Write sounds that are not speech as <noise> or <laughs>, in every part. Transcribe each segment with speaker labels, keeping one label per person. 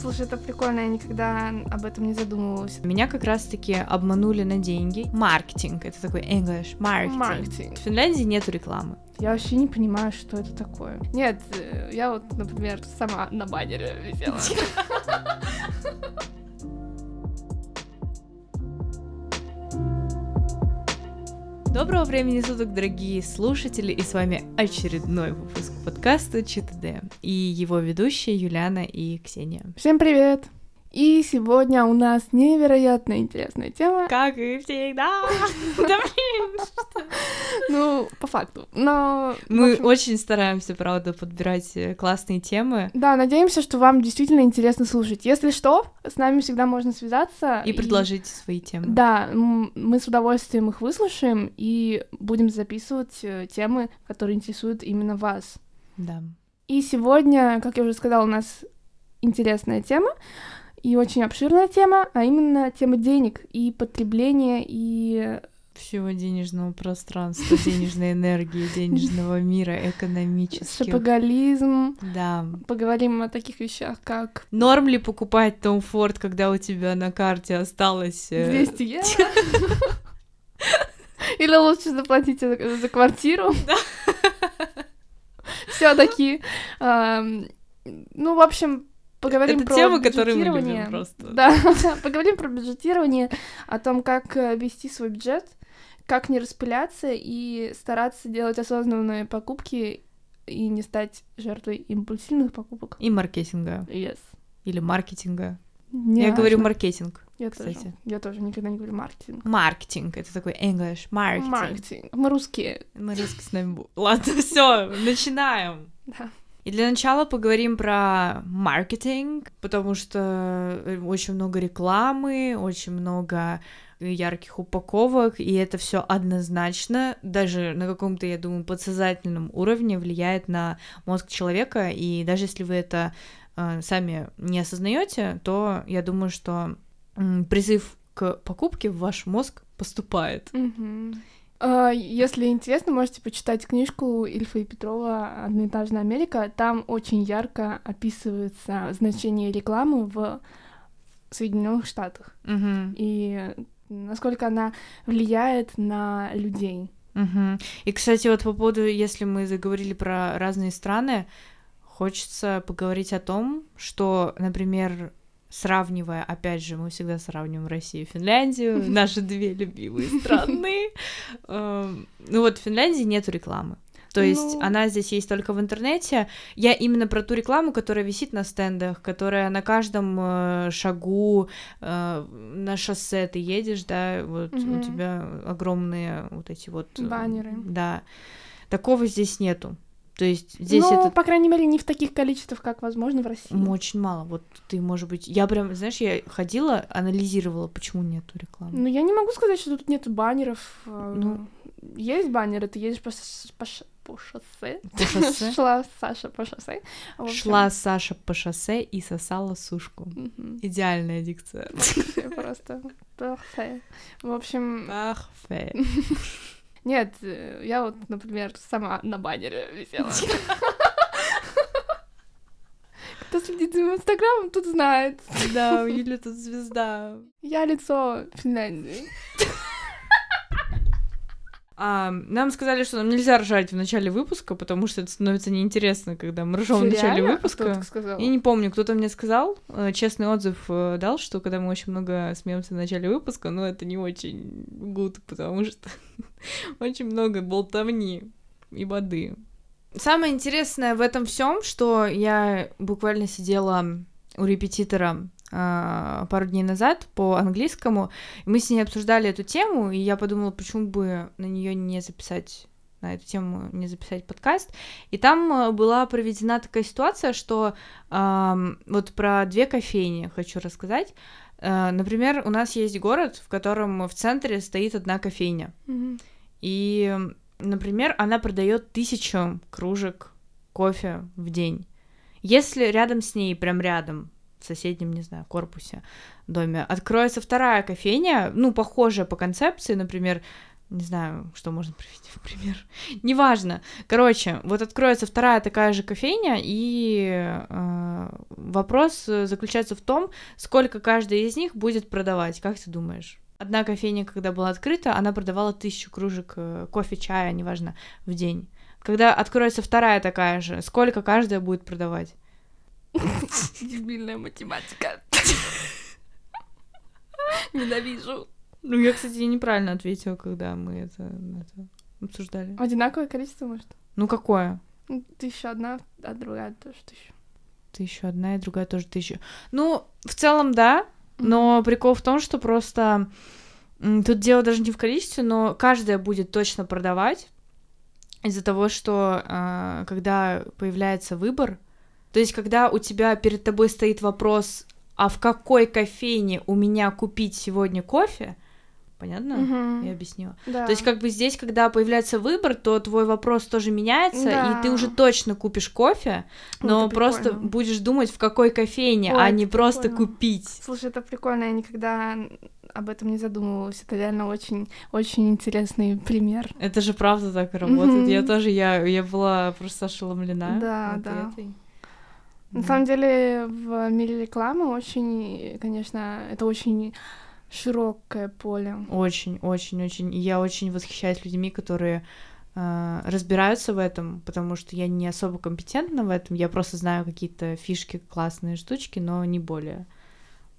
Speaker 1: Слушай, это прикольно, я никогда об этом не задумывалась.
Speaker 2: Меня как раз-таки обманули на деньги. Маркетинг. Это такой English. Маркетинг.
Speaker 1: Маркетинг.
Speaker 2: В Финляндии нету рекламы.
Speaker 1: Я вообще не понимаю, что это такое. Нет, э, я вот, например, сама на баннере висела.
Speaker 2: Доброго времени суток, дорогие слушатели, и с вами очередной выпуск подкаста ЧТД и его ведущие Юлиана и Ксения.
Speaker 1: Всем привет! И сегодня у нас невероятно интересная тема.
Speaker 2: Как и всегда! <laughs> Да блин!
Speaker 1: Ну, по факту. Но... в
Speaker 2: Мы
Speaker 1: общем,
Speaker 2: очень стараемся, правда, подбирать э, классные темы
Speaker 1: Да, надеемся, что вам действительно интересно слушать. Если что, с нами всегда можно связаться.
Speaker 2: и предложить свои темы.
Speaker 1: Да, м, мы с удовольствием их выслушаем и будем записывать э, темы, которые интересуют именно вас.
Speaker 2: Да.
Speaker 1: И сегодня, как я уже сказала, у нас интересная тема и очень обширная тема, а именно тема денег и потребления и
Speaker 2: Всего денежного пространства, денежной энергии, денежного мира, экономических.
Speaker 1: шапоголизм.
Speaker 2: Да.
Speaker 1: Поговорим о таких вещах, как
Speaker 2: Норм ли покупать Том Форд, когда у тебя на карте осталось... э,
Speaker 1: 200 евро. <laughs> Или лучше заплатить за, за
Speaker 2: <laughs>
Speaker 1: квартиру. Все такие. ам, Ну, в общем, поговорим
Speaker 2: Это
Speaker 1: про
Speaker 2: тема, которую мы любим
Speaker 1: бюджетирование.
Speaker 2: просто.
Speaker 1: Да, <laughs> поговорим про бюджетирование, о том, как э, вести свой бюджет, как не распыляться и стараться делать осознанные покупки и не стать жертвой импульсивных покупок.
Speaker 2: И маркетинга.
Speaker 1: Yes.
Speaker 2: Или маркетинга.
Speaker 1: Не а
Speaker 2: Я говорю
Speaker 1: важно.
Speaker 2: маркетинг.
Speaker 1: Я
Speaker 2: кстати.
Speaker 1: тоже. Я тоже никогда не говорю маркетинг.
Speaker 2: Маркетинг. Это такой English. Маркетинг.
Speaker 1: Маркетинг. Мы русские.
Speaker 2: Мы русские с нами бу- <laughs> Ладно, все, начинаем.
Speaker 1: Да.
Speaker 2: И для начала поговорим про маркетинг, потому что э, очень много рекламы, очень много ярких упаковок, и это все однозначно, даже на каком-то, я думаю, подсознательном уровне влияет на мозг человека, и даже если вы это э, сами не осознаете, то я думаю, что м, призыв к покупке в ваш мозг поступает.
Speaker 1: Мгм. А, Если интересно, можете почитать книжку Ильфа и Петрова «Одноэтажная Америка». Там очень ярко описывается значение рекламы в Соединенных Штатах
Speaker 2: Мгм.
Speaker 1: и насколько она влияет на людей.
Speaker 2: Мгм. И, кстати, вот по поводу, если мы заговорили про разные страны, хочется поговорить о том, что, например, сравнивая, опять же, мы всегда сравниваем Россию и Финляндию,
Speaker 1: <laughs>
Speaker 2: наши две любимые страны. Эм, Ну вот в Финляндии нету рекламы. То есть
Speaker 1: Ну.
Speaker 2: она здесь есть только в интернете. Я именно про ту рекламу, которая висит на стендах, которая на каждом э, шагу, э, на шоссе ты едешь, да, вот у
Speaker 1: Мгм.
Speaker 2: тебя огромные вот эти вот э,
Speaker 1: Баннеры.
Speaker 2: Да. Такого здесь нету. То есть здесь
Speaker 1: ну,
Speaker 2: это
Speaker 1: по крайней мере, не в таких количествах, как возможно в России.
Speaker 2: м, очень мало. Вот ты, может быть, я прям, знаешь, я ходила, анализировала, почему нету рекламы.
Speaker 1: Ну, я не могу сказать, что тут нет баннеров. э,
Speaker 2: Ну.
Speaker 1: Есть баннеры, ты едешь по, с- по ш- по шоссе.
Speaker 2: <laughs> По <laughs> шоссе.
Speaker 1: <laughs> Шла Саша по шоссе. В общем,
Speaker 2: Шла Саша по шоссе и сосала сушку.
Speaker 1: мгм.
Speaker 2: Идеальная дикция.
Speaker 1: Я просто плохая. В общем,
Speaker 2: Ах, фе.
Speaker 1: нет, э, я вот, например, сама на баннере
Speaker 2: <laughs>
Speaker 1: висела. Кто следит за моим инстаграмом, тут знает.
Speaker 2: <laughs> Да, у Юли тут звезда.
Speaker 1: Я лицо Финляндии.
Speaker 2: А, нам сказали, что нам нельзя ржать в начале выпуска, потому что это становится неинтересно, когда мы ржем в
Speaker 1: Всё
Speaker 2: начале
Speaker 1: реально? А Кто
Speaker 2: выпуска.
Speaker 1: так сказал?
Speaker 2: Я не помню, кто-то мне сказал, э, честный отзыв э, дал, что когда мы очень много смеемся в начале выпуска, но это не очень гуд, потому что <laughs> очень много болтовни и воды. Самое интересное в этом всем, что я буквально сидела у репетитора а, пару дней назад по английскому. И Мы с ней обсуждали эту тему, и я подумала, почему бы на нее не записать на эту тему не записать подкаст. И там а, была проведена такая ситуация, что ам, вот про две кофейни хочу рассказать. Э, например, у нас есть город, в котором в центре стоит одна кофейня.
Speaker 1: Мгм.
Speaker 2: И, например, она продает тысячу кружек кофе в день. Если рядом с ней, прям рядом, в соседнем, не знаю, корпусе, доме, откроется вторая кофейня, ну, похожая по концепции, например, Не знаю, что можно привести в пример. <laughs> Неважно. Короче, вот откроется вторая такая же кофейня, и э, вопрос заключается в том, сколько каждая из них будет продавать. Как ты думаешь? Одна кофейня, когда была открыта, она продавала тысячу кружек э, кофе, чая, неважно, в день. Когда откроется вторая такая же, сколько каждая будет продавать?
Speaker 1: Дебильная математика. <laughs> Ненавижу.
Speaker 2: Ну, я, кстати, неправильно ответила, когда мы это, это обсуждали.
Speaker 1: Одинаковое количество, может?
Speaker 2: Ну, какое?
Speaker 1: Ну, Тысяча одна, а другая тоже тысяча.
Speaker 2: Тысяча одна и другая тоже тысяча. Ну, в целом, да, но прикол в том, что просто м, тут дело даже не в количестве, но каждая будет точно продавать из-за того, что а, когда появляется выбор, то есть когда у тебя перед тобой стоит вопрос, а в какой кофейне у меня купить сегодня кофе, понятно?
Speaker 1: Мгм.
Speaker 2: Я объяснила.
Speaker 1: Да.
Speaker 2: То есть как бы здесь, когда появляется выбор, то твой вопрос тоже меняется,
Speaker 1: Да.
Speaker 2: и ты уже точно купишь кофе,
Speaker 1: Ой,
Speaker 2: но
Speaker 1: Ну, это
Speaker 2: Ну, просто
Speaker 1: прикольно.
Speaker 2: будешь думать, в какой кофейне,
Speaker 1: Ой,
Speaker 2: а
Speaker 1: это
Speaker 2: не просто
Speaker 1: прикольно.
Speaker 2: купить.
Speaker 1: Слушай, это прикольно, я никогда об этом не задумывалась. Это реально очень, очень интересный пример.
Speaker 2: Это же правда так работает. Я
Speaker 1: Мгм.
Speaker 2: тоже, я, я была просто ошеломлена.
Speaker 1: Да, да.
Speaker 2: ответой.
Speaker 1: На
Speaker 2: Мгм.
Speaker 1: самом деле в мире рекламы очень, конечно, это очень широкое поле.
Speaker 2: Очень, очень, очень. И я очень восхищаюсь людьми, которые э, разбираются в этом, потому что я не особо компетентна в этом. Я просто знаю какие-то фишки, классные штучки, но не более.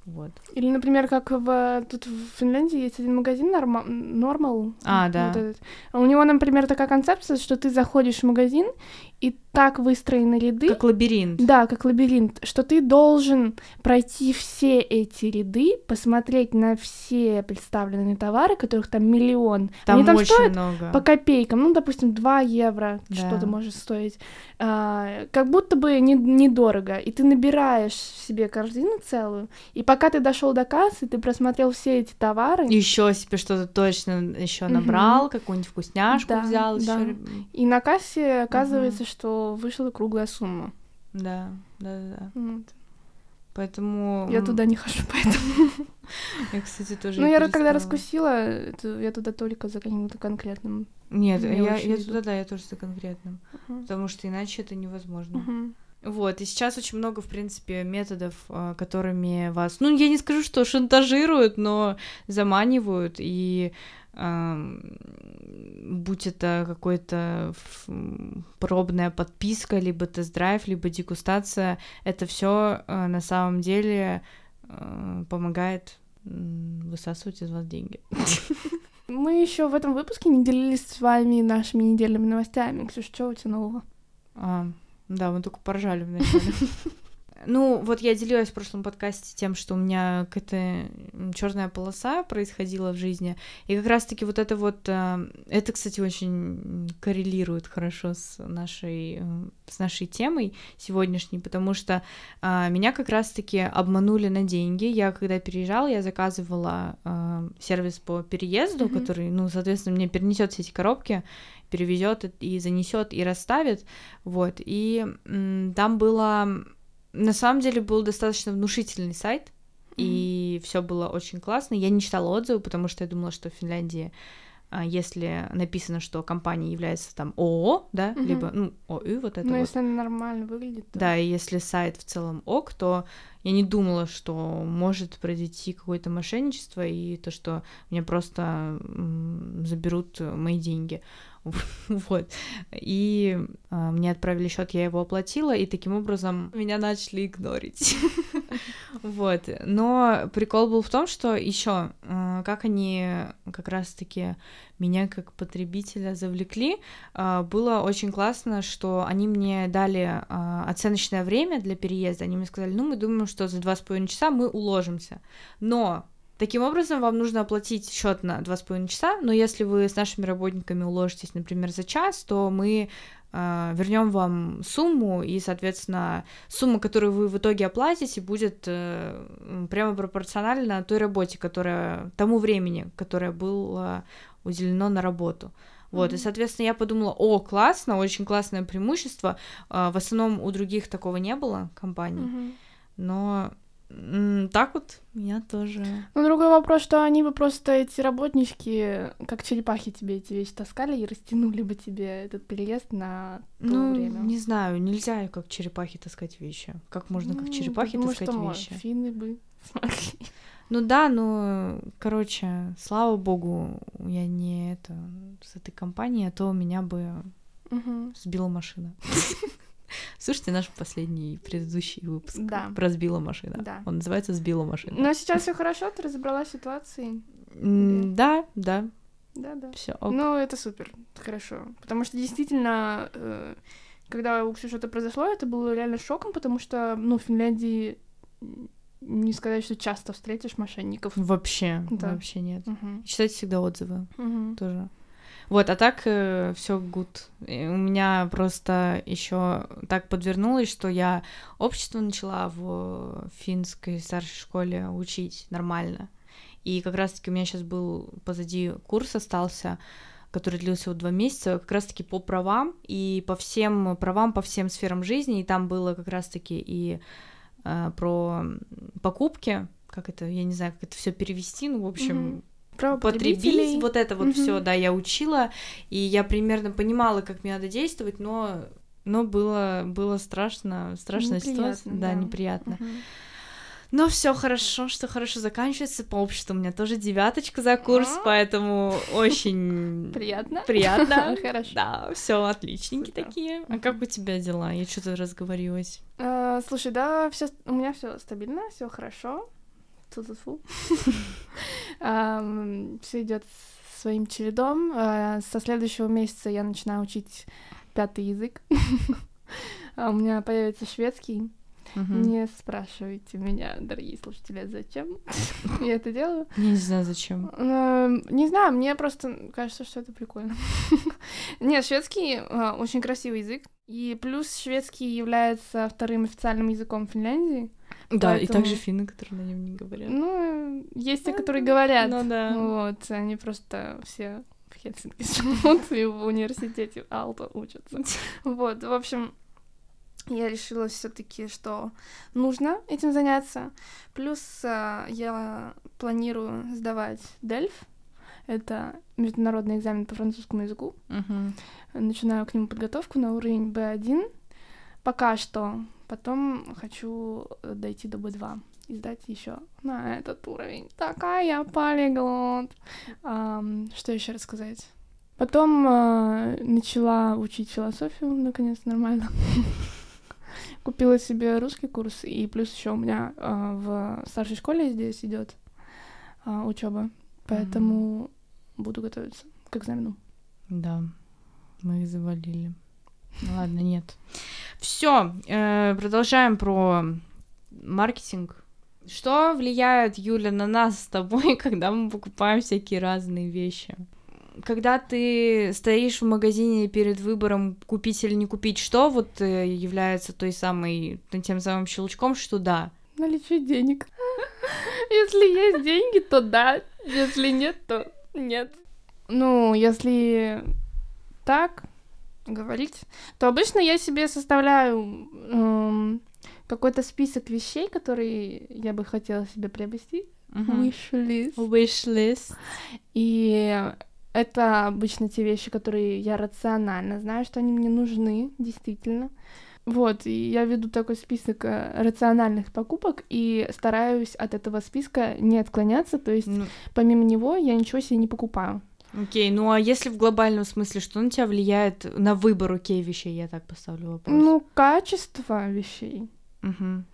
Speaker 2: Вот.
Speaker 1: Или, например, как в тут в Финляндии есть один магазин Норма- Нормал.
Speaker 2: А,
Speaker 1: Вот
Speaker 2: да.
Speaker 1: этот. А У него, например, такая концепция, что ты заходишь в магазин, и так выстроены ряды.
Speaker 2: Как лабиринт.
Speaker 1: Да, как лабиринт, что ты должен пройти все эти ряды, посмотреть на все представленные товары, которых там миллион.
Speaker 2: Там,
Speaker 1: Они там
Speaker 2: очень
Speaker 1: стоят
Speaker 2: много.
Speaker 1: по копейкам, ну, допустим, 2 евро
Speaker 2: Да.
Speaker 1: что-то может стоить. А, как будто бы не- недорого. И ты набираешь себе корзину целую, и пока ты дошел до кассы, ты просмотрел все эти товары, и,
Speaker 2: Еще себе что-то точно еще
Speaker 1: Мгм.
Speaker 2: набрал, какую-нибудь вкусняшку
Speaker 1: Да,
Speaker 2: взял.
Speaker 1: да.
Speaker 2: ещё-
Speaker 1: на кассе оказывается, что вышла круглая сумма.
Speaker 2: Да, да, да, да.
Speaker 1: Вот.
Speaker 2: Поэтому...
Speaker 1: Я
Speaker 2: м,
Speaker 1: туда не хожу, <laughs> поэтому...
Speaker 2: <laughs> Я, кстати, тоже...
Speaker 1: Ну,
Speaker 2: и
Speaker 1: я когда
Speaker 2: перестала.
Speaker 1: раскусила, это я туда только за каким-то конкретным
Speaker 2: Нет,
Speaker 1: Мне
Speaker 2: я,
Speaker 1: очень
Speaker 2: я
Speaker 1: идут.
Speaker 2: туда, да, я тоже за конкретным.
Speaker 1: Мгм.
Speaker 2: Потому что иначе это невозможно.
Speaker 1: Мгм.
Speaker 2: Вот, и сейчас очень много, в принципе, методов, а, которыми вас, ну, я не скажу, что шантажируют, но заманивают, и ам, будь это какой-то ф- м, пробная подписка, либо тест-драйв, либо дегустация, это все на самом деле а, помогает м, высасывать из вас деньги.
Speaker 1: Мы еще в этом выпуске не делились с вами нашими недельными новостями. Ксюш, что у тебя нового?
Speaker 2: А, да, мы только поржали вначале. <laughs> Ну, вот я делилась в прошлом подкасте тем, что у меня какая-то черная полоса происходила в жизни. И как раз-таки вот это вот... а, Это, кстати, очень коррелирует хорошо с нашей, э, с нашей темой сегодняшней, потому что а, меня как раз-таки обманули на деньги. Я когда переезжала, я заказывала а, сервис по переезду,
Speaker 1: Мгм.
Speaker 2: который, ну, соответственно, мне перенесет все эти коробки, перевезет и занесет и расставит. Вот. И м, там было... На самом деле был достаточно внушительный сайт, и все было очень классно. Я не читала отзывы, потому что я думала, что в Финляндии, а, если написано, что компания является там ООО, да,
Speaker 1: Мгм.
Speaker 2: либо, ну, ОÜ, вот это
Speaker 1: Ну,
Speaker 2: вот.
Speaker 1: если она нормально выглядит, то...
Speaker 2: Да, и если сайт в целом ок, то я не думала, что может произойти какое-то мошенничество, и то, что мне просто м, заберут мои деньги. <laughs> Вот. И а, мне отправили счет, я его оплатила, и таким образом меня начали игнорить. <laughs> Вот. Но прикол был в том, что еще как они как раз-таки меня как потребителя завлекли, а, было очень классно, что они мне дали а, оценочное время для переезда. Они мне сказали, ну, мы думаем, что за два с половиной часа мы уложимся. Но таким образом вам нужно оплатить счет на два с половиной часа, но если вы с нашими работниками уложитесь, например, за час, то мы э, вернем вам сумму, и, соответственно, сумма, которую вы в итоге оплатите, будет э, м, прямо пропорциональна той работе, которая тому времени, которое было уделено на работу. Вот, и,
Speaker 1: Мгм.
Speaker 2: соответственно, я подумала, о, классно, очень классное Э, преимущество. А, В основном у других такого не было компаний,
Speaker 1: Мгм.
Speaker 2: но М, Так вот, меня тоже.
Speaker 1: Ну, другой вопрос, что они бы просто, эти работнички, как черепахи тебе эти вещи таскали и растянули бы тебе этот переезд на то
Speaker 2: Ну,
Speaker 1: время.
Speaker 2: не знаю, нельзя как черепахи таскать вещи. Как можно как
Speaker 1: Ну,
Speaker 2: черепахи
Speaker 1: потому
Speaker 2: таскать
Speaker 1: что
Speaker 2: вещи?
Speaker 1: Финны бы смогли.
Speaker 2: <laughs> Ну да, но, короче, слава богу, я не это с этой компанией, а то меня бы
Speaker 1: Мгм.
Speaker 2: сбила машина. <laughs> Слушайте наш последний предыдущий выпуск
Speaker 1: Да.
Speaker 2: про сбила машина.
Speaker 1: Да. Ну,
Speaker 2: Он называется сбила машина.
Speaker 1: Но сейчас все хорошо, ты разобралась в ситуации.
Speaker 2: М, Да, да,
Speaker 1: Да, да.
Speaker 2: все.
Speaker 1: Ну, это супер, хорошо. Потому что действительно, э, когда у Ксюши это произошло, это было реально шоком, потому что, ну, в Финляндии м, не сказать, что часто встретишь мошенников.
Speaker 2: Вообще,
Speaker 1: Да.
Speaker 2: вообще нет.
Speaker 1: Мгм.
Speaker 2: Читайте всегда отзывы.
Speaker 1: Мгм.
Speaker 2: тоже. Вот, а так все good. И у меня просто еще так подвернулось, что я общество начала в финской старшей школе учить нормально. И как раз-таки у меня сейчас был позади курс остался, который длился вот два месяца, как раз-таки по правам и по всем правам, по всем сферам жизни. И там было как раз-таки и э, про м, покупки, как это, я не знаю, как это все перевести, ну, в общем,
Speaker 1: Мгм. Про
Speaker 2: потребителей,
Speaker 1: потребителей.
Speaker 2: вот это вот
Speaker 1: Мгм.
Speaker 2: все, да, я учила, и я примерно понимала, как мне надо действовать, но, но было, было страшно, страшная
Speaker 1: Неприятно,
Speaker 2: ситуация, да,
Speaker 1: да.
Speaker 2: неприятно.
Speaker 1: Мгм.
Speaker 2: Но все хорошо, что хорошо заканчивается по обществу, у меня тоже девяточка за курс,
Speaker 1: А.
Speaker 2: поэтому <laughs> очень
Speaker 1: Приятно.
Speaker 2: приятно.
Speaker 1: <laughs> Хорошо.
Speaker 2: Да, все отличненькие
Speaker 1: Супер.
Speaker 2: такие. А как у тебя дела? Я что-то разговорилась.
Speaker 1: А, Слушай, да, все, у меня все стабильно, все хорошо.
Speaker 2: <laughs>
Speaker 1: Ту-ту-фу. Все идет своим чередом. А, Со следующего месяца я начинаю учить пятый язык. <laughs> А У меня появится шведский.
Speaker 2: Мгм.
Speaker 1: Не спрашивайте меня, дорогие слушатели, зачем я это делаю.
Speaker 2: Я не знаю, зачем.
Speaker 1: Эм, Не знаю, мне просто кажется, что это прикольно. <laughs> Нет, шведский э, очень красивый язык. И плюс шведский является вторым официальным языком Финляндии.
Speaker 2: Да, и
Speaker 1: Поэтому-
Speaker 2: также финны, которые на нем не говорят.
Speaker 1: Ну, э, есть те,
Speaker 2: Ну,
Speaker 1: которые говорят.
Speaker 2: Ну да.
Speaker 1: Вот, они просто все в Хельсинки живут и в университете Алто учатся. Вот, в общем, я решила все-таки, что нужно этим заняться. Плюс а, я планирую сдавать DELF. Это международный экзамен по французскому языку.
Speaker 2: Мгм.
Speaker 1: Начинаю к нему подготовку на уровень B1. Пока что. Потом хочу э, дойти до B2 и сдать еще на этот уровень. Такая полиглот. Ам, что еще рассказать? Потом э, начала учить философию, наконец, нормально. <laughs> Купила себе русский курс, и плюс еще у меня э, в старшей школе здесь идет учеба. Поэтому буду готовиться к экзамену.
Speaker 2: Да, мы их завалили. Ладно, нет. Все, продолжаем про маркетинг. Что влияет, Юля, на нас с тобой, <laughs> когда мы покупаем всякие разные вещи? Когда ты стоишь в магазине перед выбором купить или не купить, что вот э, является той самой, тем самым щелчком, что да.
Speaker 1: Наличие денег. Если есть деньги, то да. Если нет, то нет. Ну, если так говорить, то обычно я себе составляю эм, какой-то список вещей, которые я бы хотела себе приобрести. Wishlist.
Speaker 2: Wishlist.
Speaker 1: И это обычно те вещи, которые я рационально знаю, что они мне нужны, действительно. Вот, и я веду такой список э, рациональных покупок и стараюсь от этого списка не отклоняться, то есть
Speaker 2: Ну,
Speaker 1: помимо него я ничего себе не покупаю.
Speaker 2: Окей, ну а если в глобальном смысле, что на тебя влияет на выбор окей вещей, я так поставлю вопрос.
Speaker 1: Ну, качество вещей.
Speaker 2: Мгм.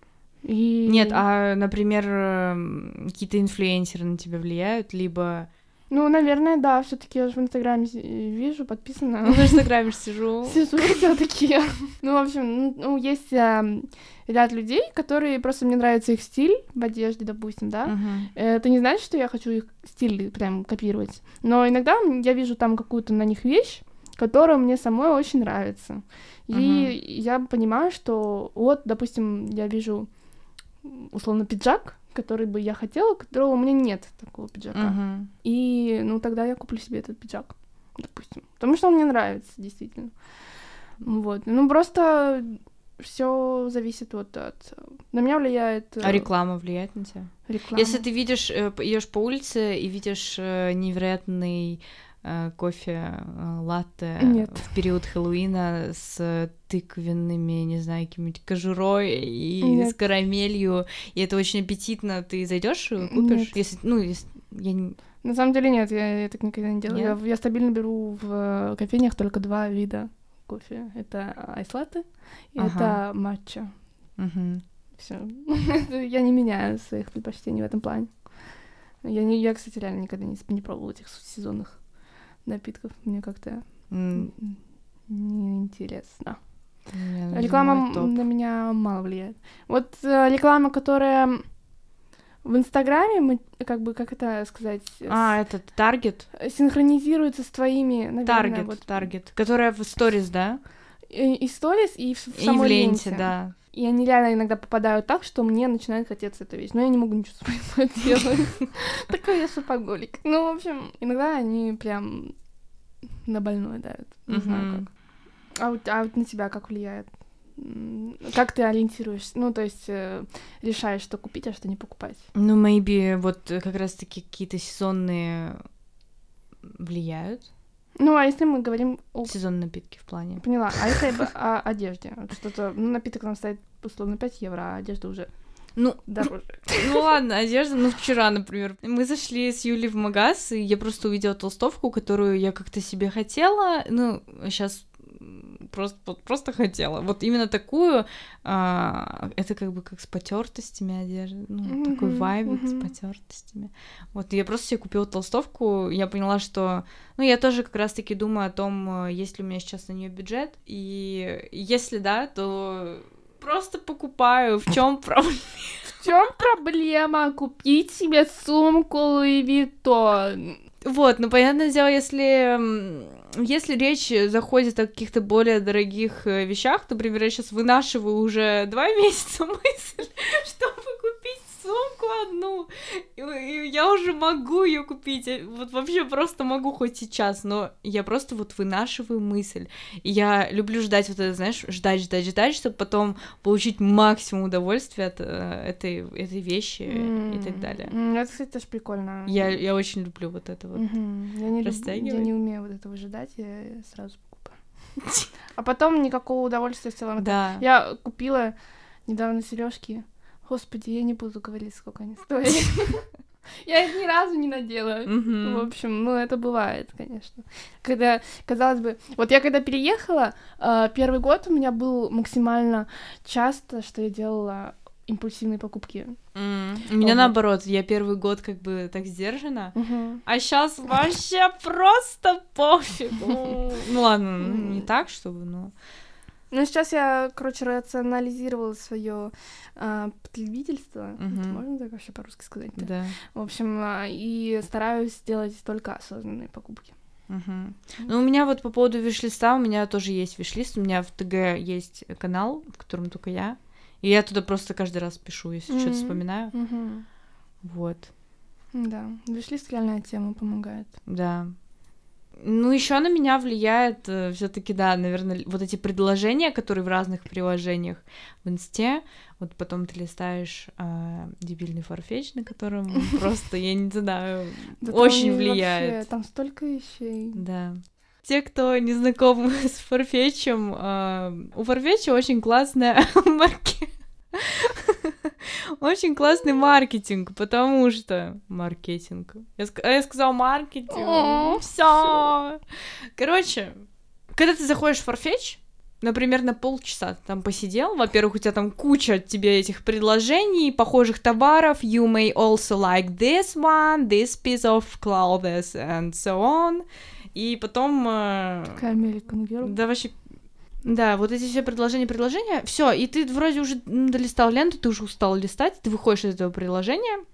Speaker 1: И...
Speaker 2: Нет, а, например, эм, какие-то инфлюенсеры на тебя влияют, либо...
Speaker 1: Ну, наверное, да, все таки я же в Инстаграме с- вижу, подписана.
Speaker 2: Ну, в Инстаграме ж сижу.
Speaker 1: Сижу <laughs> все-таки. Ну, в общем, ну, есть эм, ряд людей, которые просто мне нравится их стиль в одежде, допустим, да.
Speaker 2: Мгм.
Speaker 1: Это не значит, что я хочу их стиль прям копировать. Но иногда м- я вижу там какую-то на них вещь, которая мне самой очень нравится. И
Speaker 2: Мгм.
Speaker 1: я понимаю, что вот, допустим, я вижу м, условно пиджак, который бы я хотела, которого у меня нет такого пиджака.
Speaker 2: Мгм.
Speaker 1: И, ну, тогда я куплю себе этот пиджак, допустим. Потому что он мне нравится, действительно. Вот. Ну, просто все зависит вот от... На меня влияет... э,
Speaker 2: А реклама влияет на тебя?
Speaker 1: реклама.
Speaker 2: Если ты видишь, идешь по улице и видишь э, невероятный э, кофе э, латте
Speaker 1: Нет.
Speaker 2: в период Хэллоуина с тыквенными, не знаю, какими-нибудь кожурой и
Speaker 1: Нет.
Speaker 2: с карамелью, и это очень аппетитно. Ты зайдешь и купишь?
Speaker 1: Нет.
Speaker 2: Если, ну, если- я не-
Speaker 1: На самом деле нет, я, я так никогда не делаю.
Speaker 2: Нет?
Speaker 1: Я, в- я стабильно беру в э, кофейнях только два вида кофе. Это айслаты и
Speaker 2: Ага.
Speaker 1: это матча.
Speaker 2: Мгм.
Speaker 1: Все. <laughs> я не меняю своих предпочтений в этом плане. Я, не, я кстати, реально никогда не, с- не пробовала этих сезонных напитков. Мне как-то
Speaker 2: М,
Speaker 1: м, неинтересно.
Speaker 2: не, ну,
Speaker 1: Реклама
Speaker 2: мой
Speaker 1: м,
Speaker 2: топ.
Speaker 1: на меня мало влияет. Вот э, реклама, которая в Инстаграме, мы, как бы, как это сказать, э,
Speaker 2: А, этот Таргет?
Speaker 1: синхронизируется с твоими, наверное,
Speaker 2: Таргет,
Speaker 1: вот
Speaker 2: Таргет. Которая в сторис, да?
Speaker 1: и и сторис, и в, в
Speaker 2: И в
Speaker 1: самой
Speaker 2: ленте, да.
Speaker 1: И они реально иногда попадают так, что мне начинает хотеться эта вещь. Но я не могу ничего с собой <laughs> поделать. Такой я шопоголик. Ну, в общем, иногда они прям на больное давят. Не знаю
Speaker 2: Мгм.
Speaker 1: как. А вот, а вот на тебя как влияет? М, Как ты ориентируешься? Ну, то есть э, решаешь, что купить, а что не покупать.
Speaker 2: Ну, maybe вот э, как раз-таки какие-то сезонные влияют.
Speaker 1: Ну, а если мы говорим о...
Speaker 2: Сезонные напитки в плане.
Speaker 1: Поняла. А если об- о одежде? Вот Что-то... Ну, напиток нам стоит, условно, 5 евро, а одежда уже
Speaker 2: Ну,
Speaker 1: дороже.
Speaker 2: ну ладно, одежда. Ну, вчера, например, мы зашли с Юлей в магаз, и я просто увидела толстовку, которую я как-то себе хотела. Ну, сейчас просто, вот просто хотела. Вот именно такую. а, это как бы как с потертостями одежды. Ну, такой
Speaker 1: Мгм,
Speaker 2: вайбик с
Speaker 1: мгм.
Speaker 2: потертостями. Вот я просто себе купила толстовку. Я поняла, что Ну, я тоже как раз-таки думаю о том, э, есть ли у меня сейчас на нее бюджет. И если да, то просто покупаю. В чем проблема?
Speaker 1: В чем проблема купить себе сумку Луи Виттон?
Speaker 2: Вот, ну, понятное дело, если, м, если речь заходит о каких-то более дорогих э, вещах, то, например, я сейчас вынашиваю уже два <laughs> месяца мысль, чтобы купить сумку одну. И, ну, и я уже могу ее купить. э, Вот вообще просто могу хоть сейчас, но я просто вот вынашиваю мысль. И я люблю ждать вот это, знаешь, ждать, ждать, ждать, чтобы потом получить максимум удовольствия от э, этой, этой вещи Э, и так далее.
Speaker 1: М, Это, кстати, тоже прикольно.
Speaker 2: Я, я очень люблю вот это вот.
Speaker 1: Мгм. Я не, люб- я
Speaker 2: Растягивай.
Speaker 1: не умею вот этого ждать, я сразу покупаю. А потом никакого удовольствия в целом. от
Speaker 2: Да.
Speaker 1: этого. Я купила недавно сережки. Господи, я не буду говорить, сколько они стоят. <laughs> Я их ни разу не надела.
Speaker 2: Мгм.
Speaker 1: В общем, ну это бывает, конечно. Когда, казалось бы, вот я когда переехала, э, первый год у меня был максимально часто, что я делала импульсивные покупки.
Speaker 2: М, У меня
Speaker 1: Вот.
Speaker 2: наоборот, я первый год как бы так сдержана, а сейчас вообще просто пофигу. Ну ладно, ну, не так, чтобы, но...
Speaker 1: Но сейчас я, короче, рационализировала свое э, потребительство.
Speaker 2: Мгм.
Speaker 1: Это можно так вообще по-русски сказать? да?
Speaker 2: Да.
Speaker 1: В общем, а, и стараюсь делать только осознанные покупки.
Speaker 2: Мгм. Ну, у меня вот по поводу виш-листа, у меня тоже есть виш-лист, у меня в ТГ есть канал, в котором только я, и я туда просто каждый раз пишу, если что-то
Speaker 1: Мгм.
Speaker 2: вспоминаю.
Speaker 1: Мгм.
Speaker 2: Вот,
Speaker 1: Да, виш-лист реальная тема помогает.
Speaker 2: да. Ну, еще на меня влияет все-таки, да, наверное, вот эти предложения, которые в разных приложениях в инсте. Вот потом ты листаешь а, дебильный фарфетч, на котором просто, я не знаю,
Speaker 1: Да там
Speaker 2: очень
Speaker 1: вообще-
Speaker 2: влияет.
Speaker 1: там столько вещей.
Speaker 2: Да. Те, кто не знаком <laughs> с фарфетчем, а, у фарфетча очень классная <laughs> марке- Очень классный маркетинг, потому что маркетинг. Я, ск- а я сказала
Speaker 1: О,
Speaker 2: маркетинг. Все. Короче, когда ты заходишь в Farfetch, например, на Ну, полчаса ты там посидел, во-первых, у тебя там куча тебе этих предложений, похожих товаров, you may also like this one, this piece of clothes, and so on, и потом... э,
Speaker 1: Такая ну, American Girl.
Speaker 2: да, вообще... Да, вот эти все предложения, предложения, все, и ты вроде уже м, долистал ленту, ты уже устал листать, ты выходишь из этого приложения,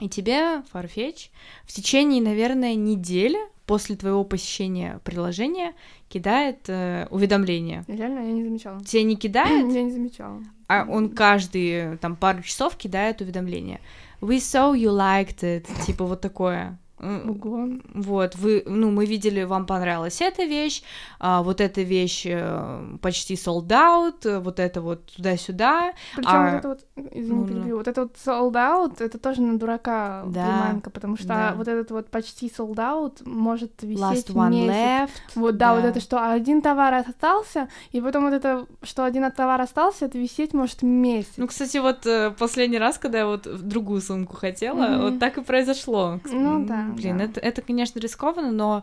Speaker 2: и тебе Farfetch в течение, наверное, недели после твоего посещения приложения кидает э, уведомление.
Speaker 1: Реально, я не замечала.
Speaker 2: Тебе не кидает,
Speaker 1: Я не замечала.
Speaker 2: а он каждые там пару часов кидает уведомление. We saw you liked it, типа вот такое. М,
Speaker 1: Ого.
Speaker 2: Вот, вы, ну, мы видели, вам понравилась эта вещь, а, вот эта вещь э, почти sold out, э, вот это вот туда-сюда.
Speaker 1: Причем
Speaker 2: А-
Speaker 1: вот это вот, извини,
Speaker 2: Ну, ну,
Speaker 1: перебью, вот это вот sold out, это тоже на дурака
Speaker 2: Да,
Speaker 1: приманка, потому что
Speaker 2: да.
Speaker 1: вот этот вот почти sold out может висеть
Speaker 2: Last one
Speaker 1: месяц.
Speaker 2: left.
Speaker 1: Вот, да, вот
Speaker 2: да.
Speaker 1: это, что один товар остался, и потом вот это, что один товар остался, это висеть может месяц.
Speaker 2: Ну, кстати, вот э, последний раз, когда я вот в другую сумку хотела,
Speaker 1: Мгм.
Speaker 2: вот так и произошло.
Speaker 1: Ну
Speaker 2: М,
Speaker 1: да,
Speaker 2: Блин,
Speaker 1: да.
Speaker 2: Это, это, конечно, рискованно, но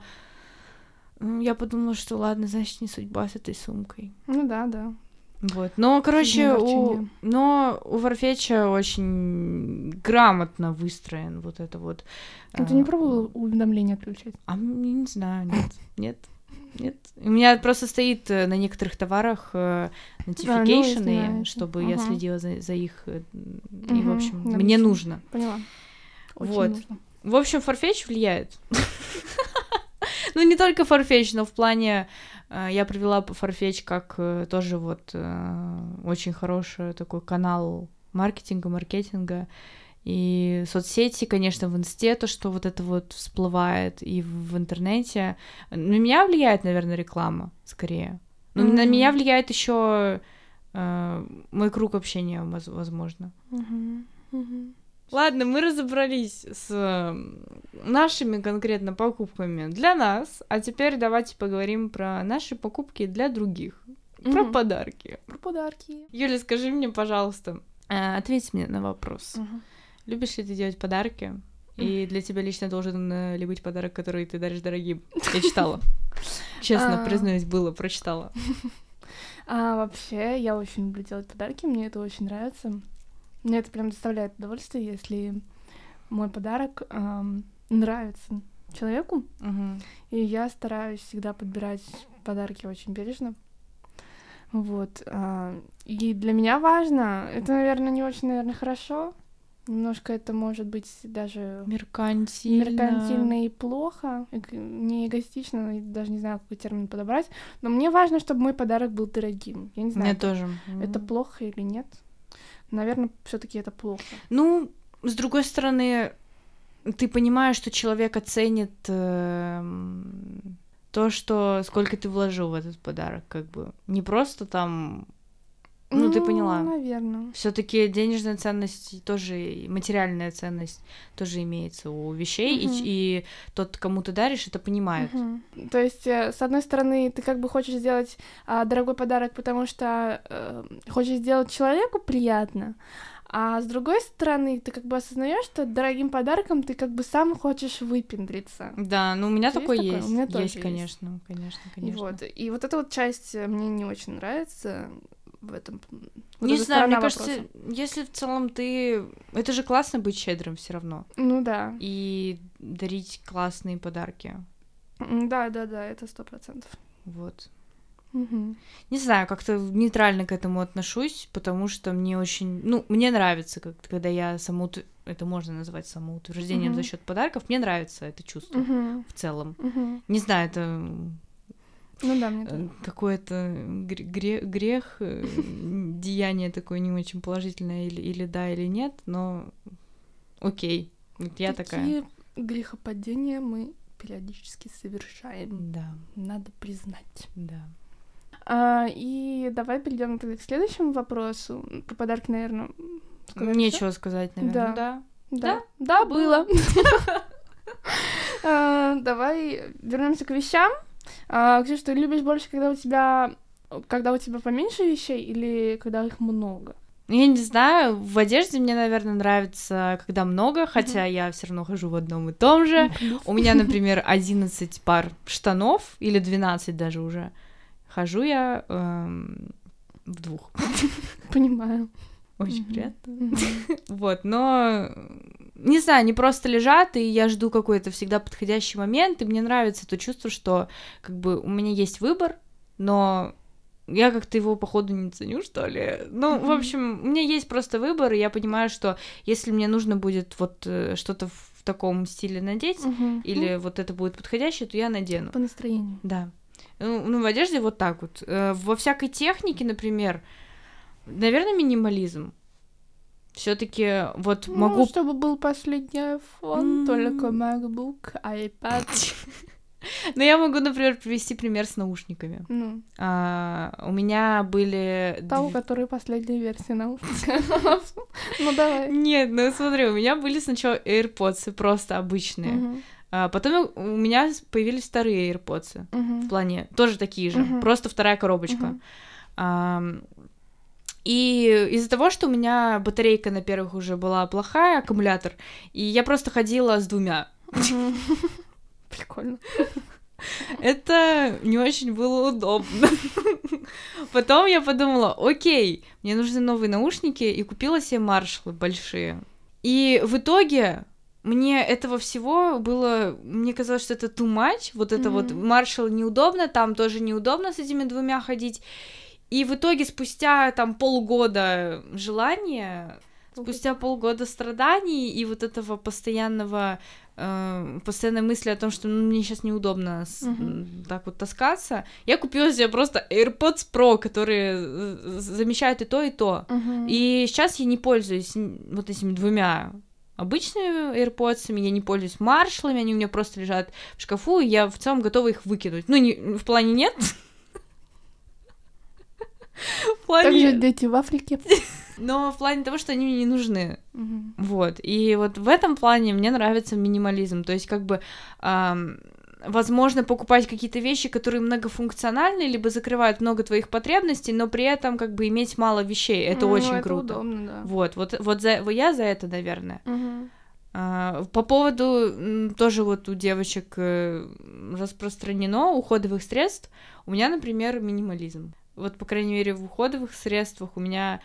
Speaker 2: м, я подумала, что ладно, значит, не судьба с этой сумкой.
Speaker 1: Ну да, да.
Speaker 2: Вот. Но, короче, у...
Speaker 1: огорчение.
Speaker 2: но у Варфетча очень грамотно выстроен вот это вот.
Speaker 1: Ну, Ты не
Speaker 2: а,
Speaker 1: пробовала уведомления отключать?
Speaker 2: А м, я не знаю, нет, нет, нет. У меня просто стоит э, на некоторых товарах э,
Speaker 1: Да, ну,
Speaker 2: notification, и
Speaker 1: знаете.
Speaker 2: чтобы я
Speaker 1: Ага.
Speaker 2: следила за, за их, э, м, и, в
Speaker 1: Мгм,
Speaker 2: общем,
Speaker 1: я
Speaker 2: мне
Speaker 1: обычно.
Speaker 2: нужно.
Speaker 1: Поняла. Очень
Speaker 2: Вот.
Speaker 1: нужно.
Speaker 2: В общем, Farfetch влияет. Ну, не только Farfetch, но в плане... э, Я привела п- Farfetch как э, тоже вот э, очень хороший такой канал маркетинга, маркетинга. И соцсети, конечно, в инсте, то, что вот это вот всплывает и в в интернете. На меня влияет, наверное, реклама скорее. Но на
Speaker 1: Мгм.
Speaker 2: меня влияет еще э, мой круг общения, воз- возможно.
Speaker 1: Мгм, мгм.
Speaker 2: Ладно, мы разобрались с эм, нашими конкретно покупками для нас, а теперь давайте поговорим про наши покупки для других, про
Speaker 1: Мгм.
Speaker 2: подарки.
Speaker 1: Про подарки.
Speaker 2: Юля, скажи мне, пожалуйста, э, ответь мне на вопрос.
Speaker 1: Мгм.
Speaker 2: Любишь ли ты делать подарки? И для тебя лично должен э, ли быть подарок, который ты даришь дорогим?
Speaker 1: <laughs>
Speaker 2: Я читала. Честно,
Speaker 1: А.
Speaker 2: признаюсь, было, прочитала.
Speaker 1: А вообще, я очень люблю делать подарки, мне это очень нравится. Мне это прям доставляет удовольствие, если мой подарок ам, нравится человеку.
Speaker 2: Мгм.
Speaker 1: И я стараюсь всегда подбирать подарки очень бережно. Вот. а, И для меня важно, это, наверное, не очень, наверное, хорошо. Немножко это может быть даже
Speaker 2: Меркантильно.
Speaker 1: меркантильно и плохо, и к- не эгоистично, и даже не знаю, какой термин подобрать. Но мне важно, чтобы мой подарок был дорогим. Я не знаю,
Speaker 2: Мне тоже.
Speaker 1: это
Speaker 2: М.
Speaker 1: плохо или нет. Наверное, все таки это плохо.
Speaker 2: Ну, с другой стороны, ты понимаешь, что человек оценит эм, то, что сколько ты вложил в этот подарок, как бы. Не просто там. Ну, ты поняла.
Speaker 1: Наверное.
Speaker 2: Все-таки денежная ценность и тоже и материальная ценность тоже имеется у вещей, и ч-
Speaker 1: Мгм.
Speaker 2: и, тот, кому ты даришь, это понимает.
Speaker 1: Мгм. То есть, э, с одной стороны, ты как бы хочешь сделать а, дорогой подарок, потому что э, хочешь сделать человеку приятно, а с другой стороны, ты как бы осознаешь, что дорогим подарком ты как бы сам хочешь выпендриться.
Speaker 2: Да, ну у меня
Speaker 1: У тебя
Speaker 2: такое
Speaker 1: есть
Speaker 2: есть.
Speaker 1: такое? У меня тоже
Speaker 2: есть,
Speaker 1: есть.
Speaker 2: конечно, конечно,
Speaker 1: И
Speaker 2: конечно.
Speaker 1: вот. И вот эта вот часть э, мне не очень нравится в этом. м, вот
Speaker 2: Не
Speaker 1: эта
Speaker 2: знаю, мне
Speaker 1: сторона
Speaker 2: кажется,
Speaker 1: вопроса.
Speaker 2: если в целом ты. Это же классно быть щедрым все равно.
Speaker 1: Ну да.
Speaker 2: и дарить классные подарки.
Speaker 1: М, Да, да, да, это сто процентов.
Speaker 2: Вот.
Speaker 1: Мгм.
Speaker 2: Не знаю, как-то нейтрально к этому отношусь, потому что мне очень... Ну, мне нравится, как, когда я самоут... Это можно назвать самоутверждением за
Speaker 1: Мгм.
Speaker 2: счет подарков. Мне нравится это чувство
Speaker 1: Мгм.
Speaker 2: в целом.
Speaker 1: Мгм.
Speaker 2: Не знаю, это м,
Speaker 1: Ну да, мне тоже.
Speaker 2: э, какой-то гре- гре- грех, э, <laughs> деяние такое не очень положительное, или, или да, или нет, но окей. Вот я такая.
Speaker 1: Такие грехопадения мы периодически совершаем,
Speaker 2: Да,
Speaker 1: надо признать.
Speaker 2: да.
Speaker 1: А, и давай перейдем к следующему вопросу. Про подарки, наверное,
Speaker 2: Нечего сказать, наверное.
Speaker 1: Да.
Speaker 2: да.
Speaker 1: Да, да, было. <laughs> А, Давай вернемся к вещам. А, Ксюш, ты любишь больше, когда у тебя когда у тебя поменьше вещей или когда их много?
Speaker 2: Ну, Я не знаю, в одежде мне, наверное, нравится, когда много, хотя я все равно хожу в одном и том же. У меня, например, 11 пар штанов, или 12 даже уже. Хожу я эм, в двух.
Speaker 1: <laughs> Понимаю.
Speaker 2: Очень
Speaker 1: Мгм.
Speaker 2: приятно.
Speaker 1: Мгм.
Speaker 2: <laughs> Вот, но не знаю, они просто лежат, и я жду какой-то всегда подходящий момент, и мне нравится то чувство, что как бы у меня есть выбор, но я как-то его, походу, не ценю, что ли. Ну, в
Speaker 1: Мгм.
Speaker 2: общем, у меня есть просто выбор, и я понимаю, что если мне нужно будет вот э, что-то в таком стиле надеть,
Speaker 1: Мгм. Ну,
Speaker 2: или вот это будет подходящее, то я надену.
Speaker 1: по настроению.
Speaker 2: Да. Ну, ну, в одежде вот так вот. Э, Во всякой технике, например, наверное, минимализм. Все-таки вот
Speaker 1: Ну,
Speaker 2: могу
Speaker 1: чтобы был последний iPhone,
Speaker 2: М.
Speaker 1: только MacBook, iPad.
Speaker 2: Но ну, я могу, например, привести пример с наушниками.
Speaker 1: Ну,
Speaker 2: А, у меня были... дв-
Speaker 1: того, который последняя версия наушников. <laughs> Ну, давай.
Speaker 2: Нет, ну смотри, у меня были сначала AirPods, просто обычные.
Speaker 1: Мгм,
Speaker 2: А потом у у меня с- появились вторые AirPods. В
Speaker 1: мгм,
Speaker 2: плане тоже такие же,
Speaker 1: Мгм.
Speaker 2: просто вторая коробочка.
Speaker 1: мгм.
Speaker 2: Ам, И из-за того, что у меня батарейка на первых уже была плохая, аккумулятор, и я просто ходила с двумя.
Speaker 1: Мгм. <laughs> Прикольно.
Speaker 2: Это не очень было удобно. Потом я подумала, окей, мне нужны новые наушники, и купила себе маршалы большие. И в итоге мне этого всего было, мне казалось, что это too much, вот это вот
Speaker 1: Мгм.
Speaker 2: маршал неудобно, там тоже неудобно с этими двумя ходить. И в итоге спустя там полгода желания, спустя полгода страданий и вот этого постоянного э, постоянной мысли о том, что ну, мне сейчас неудобно с-
Speaker 1: Мгм.
Speaker 2: так вот таскаться, я купила себе просто AirPods Pro, которые э, замещают и то, и то.
Speaker 1: Мгм.
Speaker 2: И сейчас я не пользуюсь н- вот этими двумя обычными AirPods, я не пользуюсь маршалами, они у меня просто лежат в шкафу, и я в целом готова их выкинуть. Ну, не, в плане нет. <laughs> В
Speaker 1: Также
Speaker 2: плане...
Speaker 1: дети в
Speaker 2: <laughs>
Speaker 1: Африке.
Speaker 2: Но в плане того, что они мне не нужны.
Speaker 1: Мгм.
Speaker 2: Вот. И вот в этом плане мне нравится минимализм. То есть, как бы. ам, Возможно, покупать какие-то вещи, которые многофункциональны, либо закрывают много твоих потребностей, но при этом как бы иметь мало вещей. Это
Speaker 1: Ну,
Speaker 2: очень круто.
Speaker 1: удобно, да.
Speaker 2: Вот, вот, вот за, вот я за это, наверное.
Speaker 1: Мгм.
Speaker 2: А, По поводу м, тоже вот у девочек э, распространено уходовых средств. У меня, например, минимализм. Вот, по крайней мере, в уходовых средствах у меня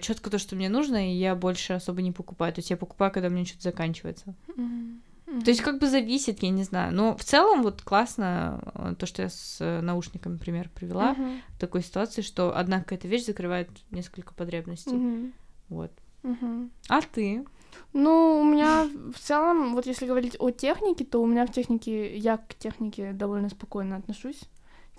Speaker 2: четко то, что мне нужно, и я больше особо не покупаю. То есть я покупаю, когда у меня что-то заканчивается.
Speaker 1: Мгм.
Speaker 2: То есть как бы зависит, я не знаю. Но в целом вот классно э, то, что я с э, наушниками, например, привела
Speaker 1: Мгм.
Speaker 2: в такой ситуации, что одна какая-то вещь закрывает несколько потребностей.
Speaker 1: Мгм.
Speaker 2: Вот.
Speaker 1: Мгм.
Speaker 2: А ты?
Speaker 1: Ну, у меня в целом, вот если говорить о технике, то у меня в технике, я к технике довольно спокойно отношусь.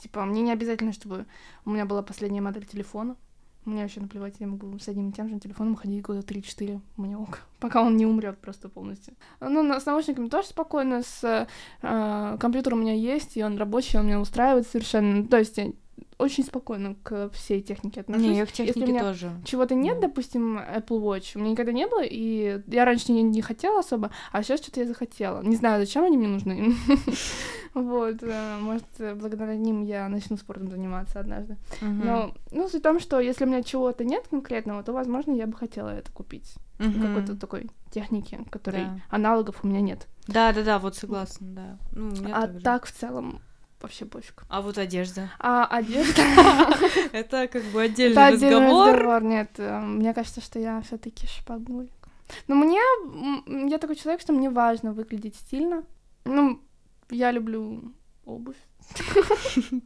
Speaker 1: Типа, мне не обязательно, чтобы у меня была последняя модель телефона. Мне вообще наплевать, я могу с одним и тем же телефоном ходить года 3-4, мне ок, <laughs> пока он не умрет просто полностью. Ну, на- с наушниками тоже спокойно, с э, компьютером у меня есть, и он рабочий, он меня устраивает совершенно. То есть я очень спокойно к всей технике отношусь.
Speaker 2: Не, я к
Speaker 1: Ну, Если у
Speaker 2: технике
Speaker 1: меня
Speaker 2: тоже.
Speaker 1: Чего-то нет,
Speaker 2: Да.
Speaker 1: допустим, Apple Watch. У меня никогда не было, и я раньше не, не хотела особо, а сейчас что-то я захотела. Не знаю, зачем они мне
Speaker 2: <laughs>
Speaker 1: нужны. Вот, э, может, э, благодаря ним я начну спортом заниматься однажды.
Speaker 2: Мгм.
Speaker 1: Но, ну, суть в том, что если у меня чего-то нет конкретного, то, возможно, я бы хотела это купить.
Speaker 2: Мгм.
Speaker 1: Какой-то такой техники, которой
Speaker 2: Да.
Speaker 1: аналогов у меня нет.
Speaker 2: Да, да, да, вот согласна, да. Ну, у меня
Speaker 1: А
Speaker 2: так же.
Speaker 1: так, в целом, вообще пофиг.
Speaker 2: А вот одежда.
Speaker 1: А одежда...
Speaker 2: <laughs> Это как бы
Speaker 1: Это
Speaker 2: отдельный
Speaker 1: отдельный
Speaker 2: разговор.
Speaker 1: разговор, нет. э, Мне кажется, что я все таки шпагулик. Но мне... м, Я такой человек, что мне важно выглядеть стильно. Ну, я люблю обувь.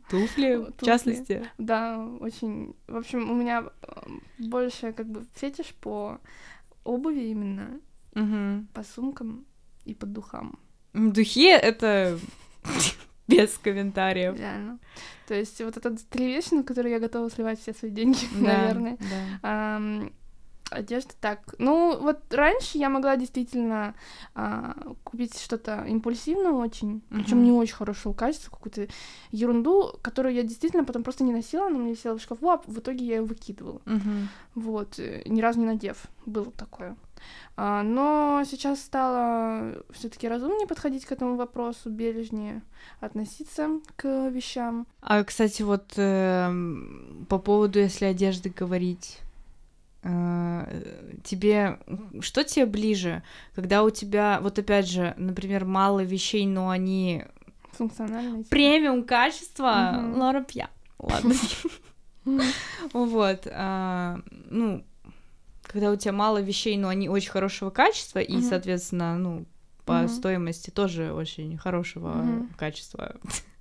Speaker 2: Туфли, в
Speaker 1: Туфли.
Speaker 2: частности.
Speaker 1: Да, очень... В общем, у меня э, больше как бы фетиш по обуви именно,
Speaker 2: Мгм.
Speaker 1: по сумкам и по духам,
Speaker 2: М, Духи — это <laughs> без комментариев.
Speaker 1: реально. То есть вот это три вещи, на которые я готова сливать все свои деньги, <laughs>
Speaker 2: Да,
Speaker 1: наверное.
Speaker 2: да.
Speaker 1: Ам, Одежда так. Ну, вот раньше я могла действительно а, купить что-то импульсивное очень, причем
Speaker 2: Мгм.
Speaker 1: не очень хорошего качества, какую-то ерунду, которую я действительно потом просто не носила, она у меня висела в шкафу, а в итоге я ее выкидывала.
Speaker 2: Мгм.
Speaker 1: Вот, э, ни разу не надев. Было такое. А, но сейчас стало все-таки разумнее подходить к этому вопросу, бережнее относиться к вещам.
Speaker 2: А, кстати, вот эм, по поводу, если одежды говорить, э, тебе что тебе ближе, когда у тебя, вот опять же, например, мало вещей, но они
Speaker 1: Функционально. типа.
Speaker 2: премиум качество
Speaker 1: Мгм.
Speaker 2: Лора Пья. Ладно.
Speaker 1: <laughs> Мгм.
Speaker 2: Вот. а, Ну, когда у тебя мало вещей, но они очень хорошего качества, и,
Speaker 1: Мгм.
Speaker 2: соответственно, ну, по
Speaker 1: Мгм.
Speaker 2: стоимости тоже очень хорошего
Speaker 1: Мгм.
Speaker 2: качества.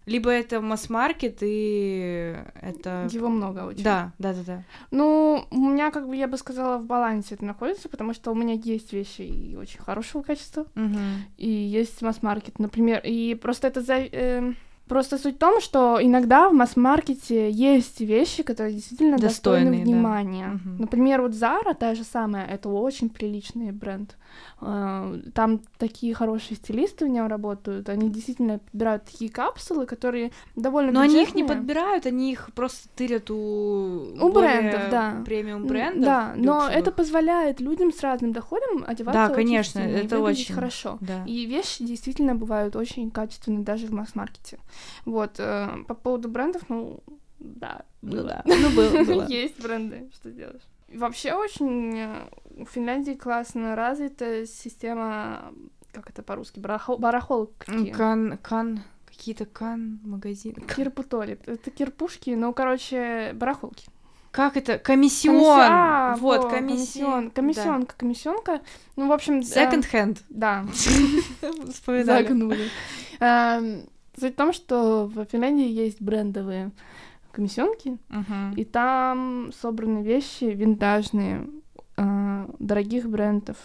Speaker 2: Либо это масс-маркет, и это...
Speaker 1: Его много очень.
Speaker 2: Да, да, да, да.
Speaker 1: Ну, у меня, как бы я бы сказала, в балансе это находится, потому что у меня есть вещи и очень хорошего качества,
Speaker 2: Мгм.
Speaker 1: и есть масс-маркет, например. И просто это за- эм, Просто суть в том, что иногда в масс-маркете есть вещи, которые действительно достойны
Speaker 2: Достойные, да.
Speaker 1: внимания.
Speaker 2: Мгм.
Speaker 1: Например, вот Zara, та же самая, это очень приличный бренд. Э, Там такие хорошие стилисты в нем работают, они действительно подбирают такие капсулы, которые довольно
Speaker 2: Но они их не
Speaker 1: бюджетные.
Speaker 2: подбирают, они их просто тырят у,
Speaker 1: У
Speaker 2: более
Speaker 1: брендов, да.
Speaker 2: премиум
Speaker 1: М,
Speaker 2: брендов.
Speaker 1: Да, но
Speaker 2: люксовых.
Speaker 1: это позволяет людям с разным доходом одеваться
Speaker 2: Да,
Speaker 1: очень
Speaker 2: конечно,
Speaker 1: стильно и
Speaker 2: это
Speaker 1: выглядеть
Speaker 2: очень-
Speaker 1: хорошо.
Speaker 2: Да.
Speaker 1: И вещи действительно бывают очень качественные даже в масс-маркете. Вот, э, по поводу брендов, ну, да,
Speaker 2: Ну
Speaker 1: было. <laughs>
Speaker 2: да. Ну было, было.
Speaker 1: Есть бренды, что делаешь. Вообще очень э, в Финляндии классно развита система, как это по-русски, барахол- барахолки.
Speaker 2: Кан, кан, какие-то кан, магазин.
Speaker 1: Кирпутоли. Это кирпушки, ну, короче, барахолки.
Speaker 2: Как это? Комиссион.
Speaker 1: Комиссион, а,
Speaker 2: вот,
Speaker 1: во,
Speaker 2: комиссион.
Speaker 1: Комиссионка, комиссионка. Ну, в общем... э,
Speaker 2: Секонд хенд.
Speaker 1: <laughs>
Speaker 2: <laughs>
Speaker 1: Да,
Speaker 2: Вспоминали.
Speaker 1: загнули. Эм, Суть в том, что в Финляндии есть брендовые комиссионки,
Speaker 2: Мгм.
Speaker 1: и там собраны вещи винтажные, э, дорогих брендов.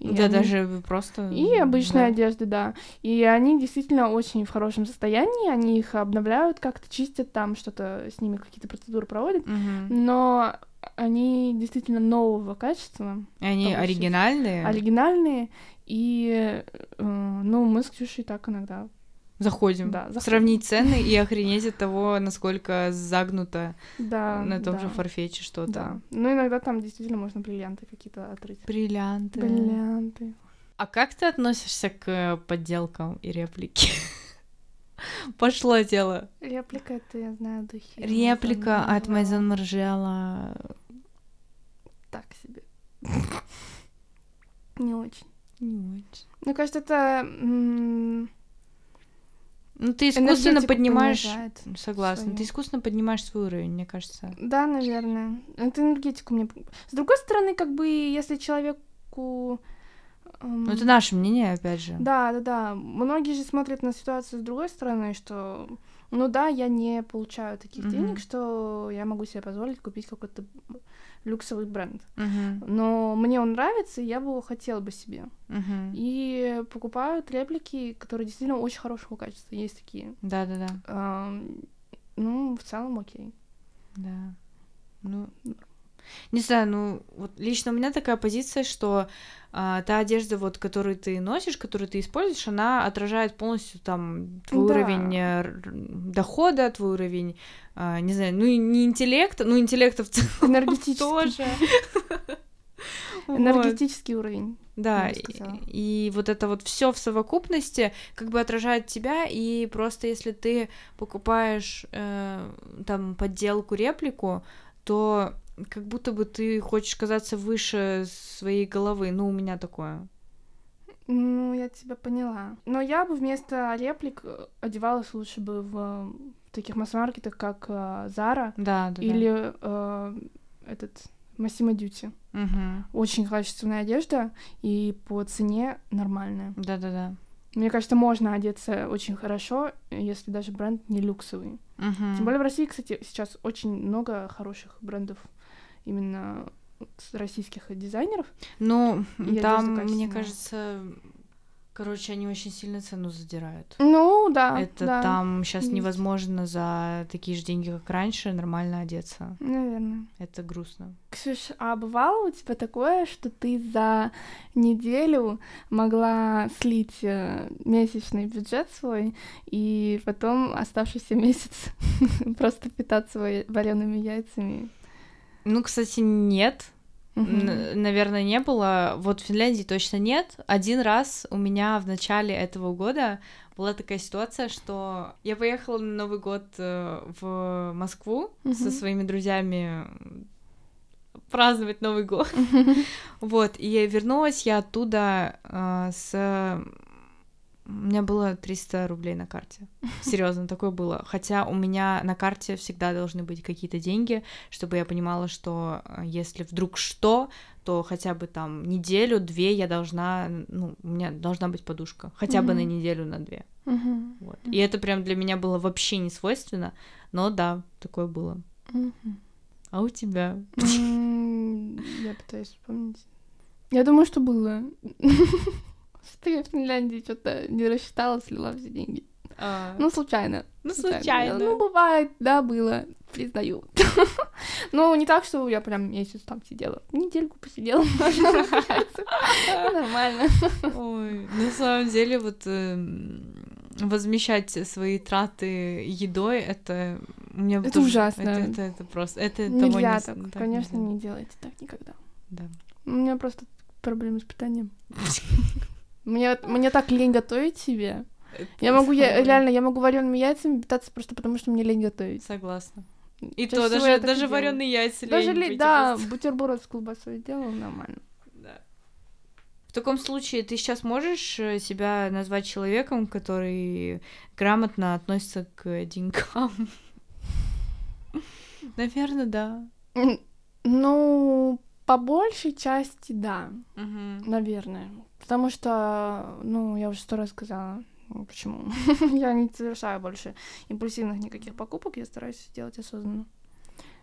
Speaker 1: И
Speaker 2: Да,
Speaker 1: они-
Speaker 2: даже просто...
Speaker 1: И обычная
Speaker 2: да.
Speaker 1: одежда, да. И они действительно очень в хорошем состоянии, они их обновляют как-то, чистят там, что-то с ними какие-то процедуры проводят. Ну,
Speaker 2: Мгм.
Speaker 1: Но они действительно нового качества,
Speaker 2: И Они
Speaker 1: Получить.
Speaker 2: оригинальные.
Speaker 1: оригинальные. И, э, ну, мы с Ксюшей так иногда.
Speaker 2: Заходим.
Speaker 1: Да, заходим. <laughs>
Speaker 2: Сравнить цены и охренеть от того, насколько загнуто
Speaker 1: Да,
Speaker 2: на том
Speaker 1: А, да,
Speaker 2: же фарфече что-то.
Speaker 1: Да. Ну, иногда там действительно можно бриллианты какие-то отрыть.
Speaker 2: Бриллианты.
Speaker 1: Бриллианты.
Speaker 2: А как ты относишься к подделкам и реплике? <laughs> Пошло дело.
Speaker 1: Реплика, это я знаю, духи.
Speaker 2: Реплика
Speaker 1: Maison
Speaker 2: от Майзон Маржела.
Speaker 1: Так себе. <laughs> Не очень.
Speaker 2: Не очень.
Speaker 1: Мне кажется, это м,
Speaker 2: Ну, ты искусственно
Speaker 1: энергетику
Speaker 2: поднимаешь...
Speaker 1: понижает.
Speaker 2: Ну, Согласна.
Speaker 1: свою.
Speaker 2: Ты искусственно поднимаешь свой уровень, мне кажется.
Speaker 1: Да, наверное. Это энергетику мне... п- С другой стороны, как бы, если человеку... эм,
Speaker 2: Ну, это наше мнение, опять же.
Speaker 1: Да, да, да. Многие же смотрят на ситуацию с другой стороны, что, ну да, я не получаю таких
Speaker 2: Мгм.
Speaker 1: денег, что я могу себе позволить купить какой-то люксовый бренд.
Speaker 2: Мгм.
Speaker 1: Но мне он нравится, и я бы его хотела бы себе.
Speaker 2: Мгм.
Speaker 1: И покупают реплики, которые действительно очень хорошего качества. Есть такие.
Speaker 2: Да-да-да.
Speaker 1: Ам, Ну, в целом
Speaker 2: <laughs>
Speaker 1: окей.
Speaker 2: Да. Ну, не знаю, ну, вот лично у меня такая позиция, что а, та одежда, вот, которую ты носишь, которую ты используешь, она отражает полностью там твой
Speaker 1: Да.
Speaker 2: уровень э, р- дохода, твой уровень, а, не знаю, ну, и не интеллекта, ну, интеллекта <laughs> в целом
Speaker 1: Энергетический.
Speaker 2: тоже. Вот.
Speaker 1: Энергетический уровень.
Speaker 2: Да,
Speaker 1: я бы
Speaker 2: и-
Speaker 1: сказала.
Speaker 2: и вот это вот все в совокупности как бы отражает тебя, и просто если ты покупаешь э, там подделку, реплику, то как будто бы ты хочешь казаться выше своей головы. Ну, у меня такое.
Speaker 1: Ну, я тебя поняла. Но я бы вместо реплик э, одевалась лучше бы в э, таких масс-маркетах, как э, Zara
Speaker 2: Да, да. да.
Speaker 1: или э, этот Massimo Duty.
Speaker 2: Мгм.
Speaker 1: Очень качественная одежда и по цене нормальная.
Speaker 2: Да-да-да.
Speaker 1: Мне кажется, можно одеться очень хорошо, если даже бренд не люксовый.
Speaker 2: Мгм.
Speaker 1: Тем более в России, кстати, сейчас очень много хороших брендов именно вот российских дизайнеров.
Speaker 2: Ну,
Speaker 1: одежда
Speaker 2: там, мне
Speaker 1: качественная.
Speaker 2: кажется, короче, они очень сильно цену задирают.
Speaker 1: Ну, да.
Speaker 2: Это
Speaker 1: да,
Speaker 2: там сейчас
Speaker 1: есть.
Speaker 2: невозможно за такие же деньги, как раньше, нормально одеться.
Speaker 1: Наверное.
Speaker 2: Это грустно.
Speaker 1: Ксюш, а бывало у тебя такое, что ты за неделю могла слить э, месячный бюджет свой и потом оставшийся <laughs> месяц просто питаться вареными яйцами?
Speaker 2: Ну, кстати, нет.
Speaker 1: Мгм.
Speaker 2: Н- Наверное, не было. Вот в Финляндии точно нет. Один раз у меня в начале этого года была такая ситуация, что я поехала на Новый год э, в Москву со
Speaker 1: Мгм.
Speaker 2: своими друзьями праздновать Новый год. Вот, и я вернулась я оттуда э, с... У меня было 300 рублей на карте. Серьезно, такое было. Хотя у меня на карте всегда должны быть какие-то деньги, чтобы я понимала, что э, если вдруг что, то хотя бы там неделю-две я должна, ну, у меня должна быть подушка. Хотя бы на
Speaker 1: Мгм.
Speaker 2: неделю, на две.
Speaker 1: Мгм.
Speaker 2: Вот. И это прям для меня было вообще не свойственно, но да, такое было.
Speaker 1: Мгм.
Speaker 2: А у тебя?
Speaker 1: М, Я пытаюсь вспомнить. Я думаю, что <laughs> было. Что я в Финляндии что-то не рассчитала, слила все деньги.
Speaker 3: А,
Speaker 1: Ну, случайно.
Speaker 3: ну, случайно.
Speaker 1: Ну, бывает, да, было, признаю. <laughs> Ну, не так, что я прям месяц там сидела. Недельку посидела. <laughs>
Speaker 3: Ну,
Speaker 1: Нормально.
Speaker 3: Ой, на самом деле вот эм, возмещать свои траты едой, это у меня
Speaker 1: Это
Speaker 3: тоже-
Speaker 1: ужасно.
Speaker 3: Это, это, это просто, это того
Speaker 1: Нельзя
Speaker 3: с-
Speaker 1: так,
Speaker 3: да,
Speaker 1: конечно,
Speaker 3: нельзя.
Speaker 1: не делайте так никогда.
Speaker 3: Да.
Speaker 1: У меня просто проблемы с <laughs> питанием. Мне, мне так лень готовить себе. Я могу, я,
Speaker 3: Ой,
Speaker 1: реально, я могу вареными яйцами питаться просто потому, что мне лень готовить.
Speaker 3: Согласна. И
Speaker 1: Чаще
Speaker 3: то
Speaker 1: всего
Speaker 3: даже
Speaker 1: я так и
Speaker 3: даже
Speaker 1: делаю.
Speaker 3: вареные яйца.
Speaker 1: Даже
Speaker 3: лень
Speaker 1: лень,
Speaker 3: быть,
Speaker 1: да,
Speaker 3: просто.
Speaker 1: бутерброд с колбасой делал нормально.
Speaker 3: Да.
Speaker 2: В таком случае ты сейчас можешь э, себя назвать человеком, который грамотно относится к деньгам?
Speaker 3: <laughs> Наверное, да.
Speaker 1: М, Ну, по большей части, да,
Speaker 3: Мгм.
Speaker 1: наверное. Потому что, ну, я уже сто раз сказала, ну, почему. <laughs> я не совершаю больше импульсивных никаких покупок, я стараюсь делать осознанно.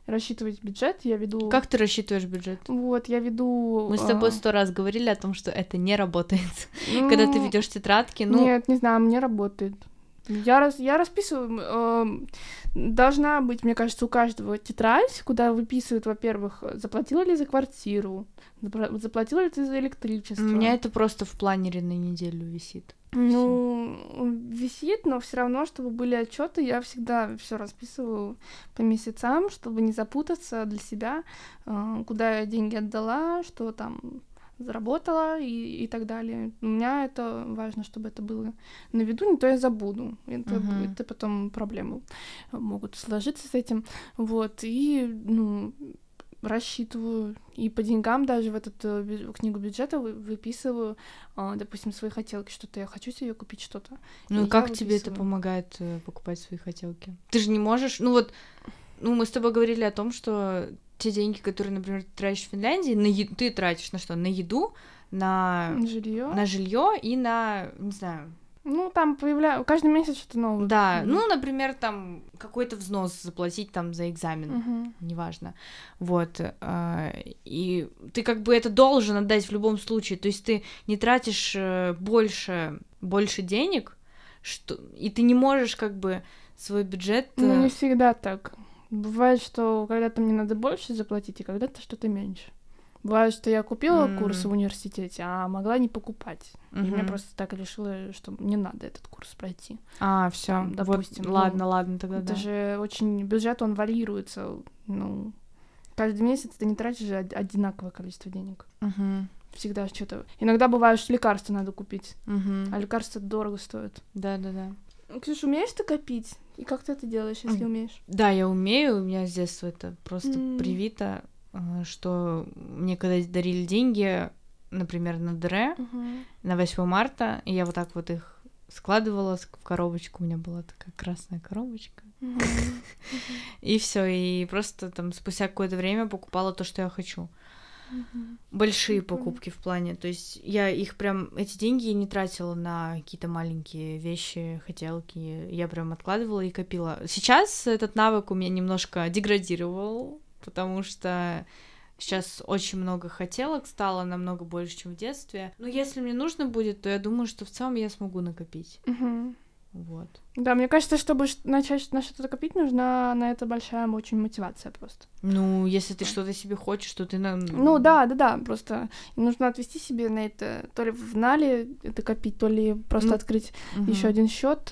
Speaker 1: Рассчитывать бюджет, я веду...
Speaker 2: Как ты рассчитываешь бюджет?
Speaker 1: Вот, я веду...
Speaker 2: Мы с тобой
Speaker 1: а,
Speaker 2: сто раз говорили о том, что это не работает. Когда ты
Speaker 1: ну,
Speaker 2: ведешь тетрадки, ну,
Speaker 1: Нет, не знаю, мне работает. Я, раз, я расписываю... м, эм, должна быть, мне кажется, у каждого тетрадь, куда выписывают, во-первых, заплатила ли за квартиру, запра- заплатила ли ты за
Speaker 2: у
Speaker 1: электричество.
Speaker 2: меня это просто в планере на неделю висит.
Speaker 1: Ну, висит, но все равно, чтобы были отчеты, я всегда все расписываю по месяцам, чтобы не запутаться для себя, э, куда я деньги отдала, что там заработала и, и так далее. У меня это важно, чтобы это было на виду, не то я забуду. Это,
Speaker 2: Мгм.
Speaker 1: это потом проблемы могут сложиться с этим. Вот, и, ну, рассчитываю. И по деньгам даже в эту книгу бюджета вы- выписываю, а, допустим, свои хотелки, что-то я хочу себе купить что-то.
Speaker 2: Ну
Speaker 1: Я
Speaker 2: и как тебе это
Speaker 1: выписываю.
Speaker 2: помогает э, покупать свои хотелки? Ты же не можешь, ну вот, ну мы с тобой говорили о том, что те деньги, которые, например, ты тратишь в Финляндии, на е- ты тратишь на что? На еду, на
Speaker 1: Жилье.
Speaker 2: на жилье и на, не знаю,
Speaker 1: Ну, там появляю каждый месяц что-то новое.
Speaker 2: да,
Speaker 1: Мгм.
Speaker 2: ну, например, там какой-то взнос заплатить там за экзамен,
Speaker 1: Мгм.
Speaker 2: неважно, вот, а, и ты как бы это должен отдать в любом случае, то есть ты не тратишь э, больше, больше денег, что, и ты не можешь как бы свой бюджет, э,
Speaker 1: Ну, не всегда так. Бывает, что когда-то мне надо больше заплатить, и когда-то что-то меньше. Бывает, что я купила
Speaker 2: М.
Speaker 1: курс в университете, а могла не покупать. И мне
Speaker 2: мгм.
Speaker 1: просто так решила, что мне надо этот курс пройти.
Speaker 2: а, все,
Speaker 1: там, допустим, ну,
Speaker 2: ладно, ладно, тогда
Speaker 1: это
Speaker 2: да.
Speaker 1: же очень бюджет, он варьируется. Ну, каждый месяц ты не тратишь од- одинаковое количество денег.
Speaker 2: Мгм,
Speaker 1: Всегда что-то. Иногда бывает, что лекарства надо купить,
Speaker 2: мгм.
Speaker 1: а лекарства дорого стоят.
Speaker 2: да, да, да.
Speaker 1: Ксюш, умеешь ты копить? И как ты это делаешь, если
Speaker 2: М.
Speaker 1: умеешь?
Speaker 2: Да, я умею, у меня с детства это просто
Speaker 1: М.
Speaker 2: привито, э, что мне когда дарили деньги, например, на ДР, на 8 марта, и я вот так вот их складывала с- в коробочку, у меня была такая красная коробочка, и все, и просто там спустя какое-то время покупала то, что я хочу. Большие
Speaker 1: Прикольно.
Speaker 2: покупки в плане, то есть я их прям, эти деньги я не тратила на какие-то маленькие вещи, хотелки, я прям откладывала и копила. Сейчас этот навык у меня немножко деградировал, потому что сейчас очень много хотелок стало, намного больше, чем в детстве. Но если мне нужно будет, то я думаю, что в целом я смогу накопить,
Speaker 1: Мгм.
Speaker 2: вот.
Speaker 1: Да, мне кажется, чтобы ш- начать на что-то копить, нужна на это большая очень мотивация просто.
Speaker 2: Ну, если ты что-то себе хочешь, то ты нам...
Speaker 1: Ну да, да, да, просто нужно отвести себе на это, то ли в Нале это копить, то ли просто
Speaker 2: Ну,
Speaker 1: открыть
Speaker 2: Мгм.
Speaker 1: еще один счет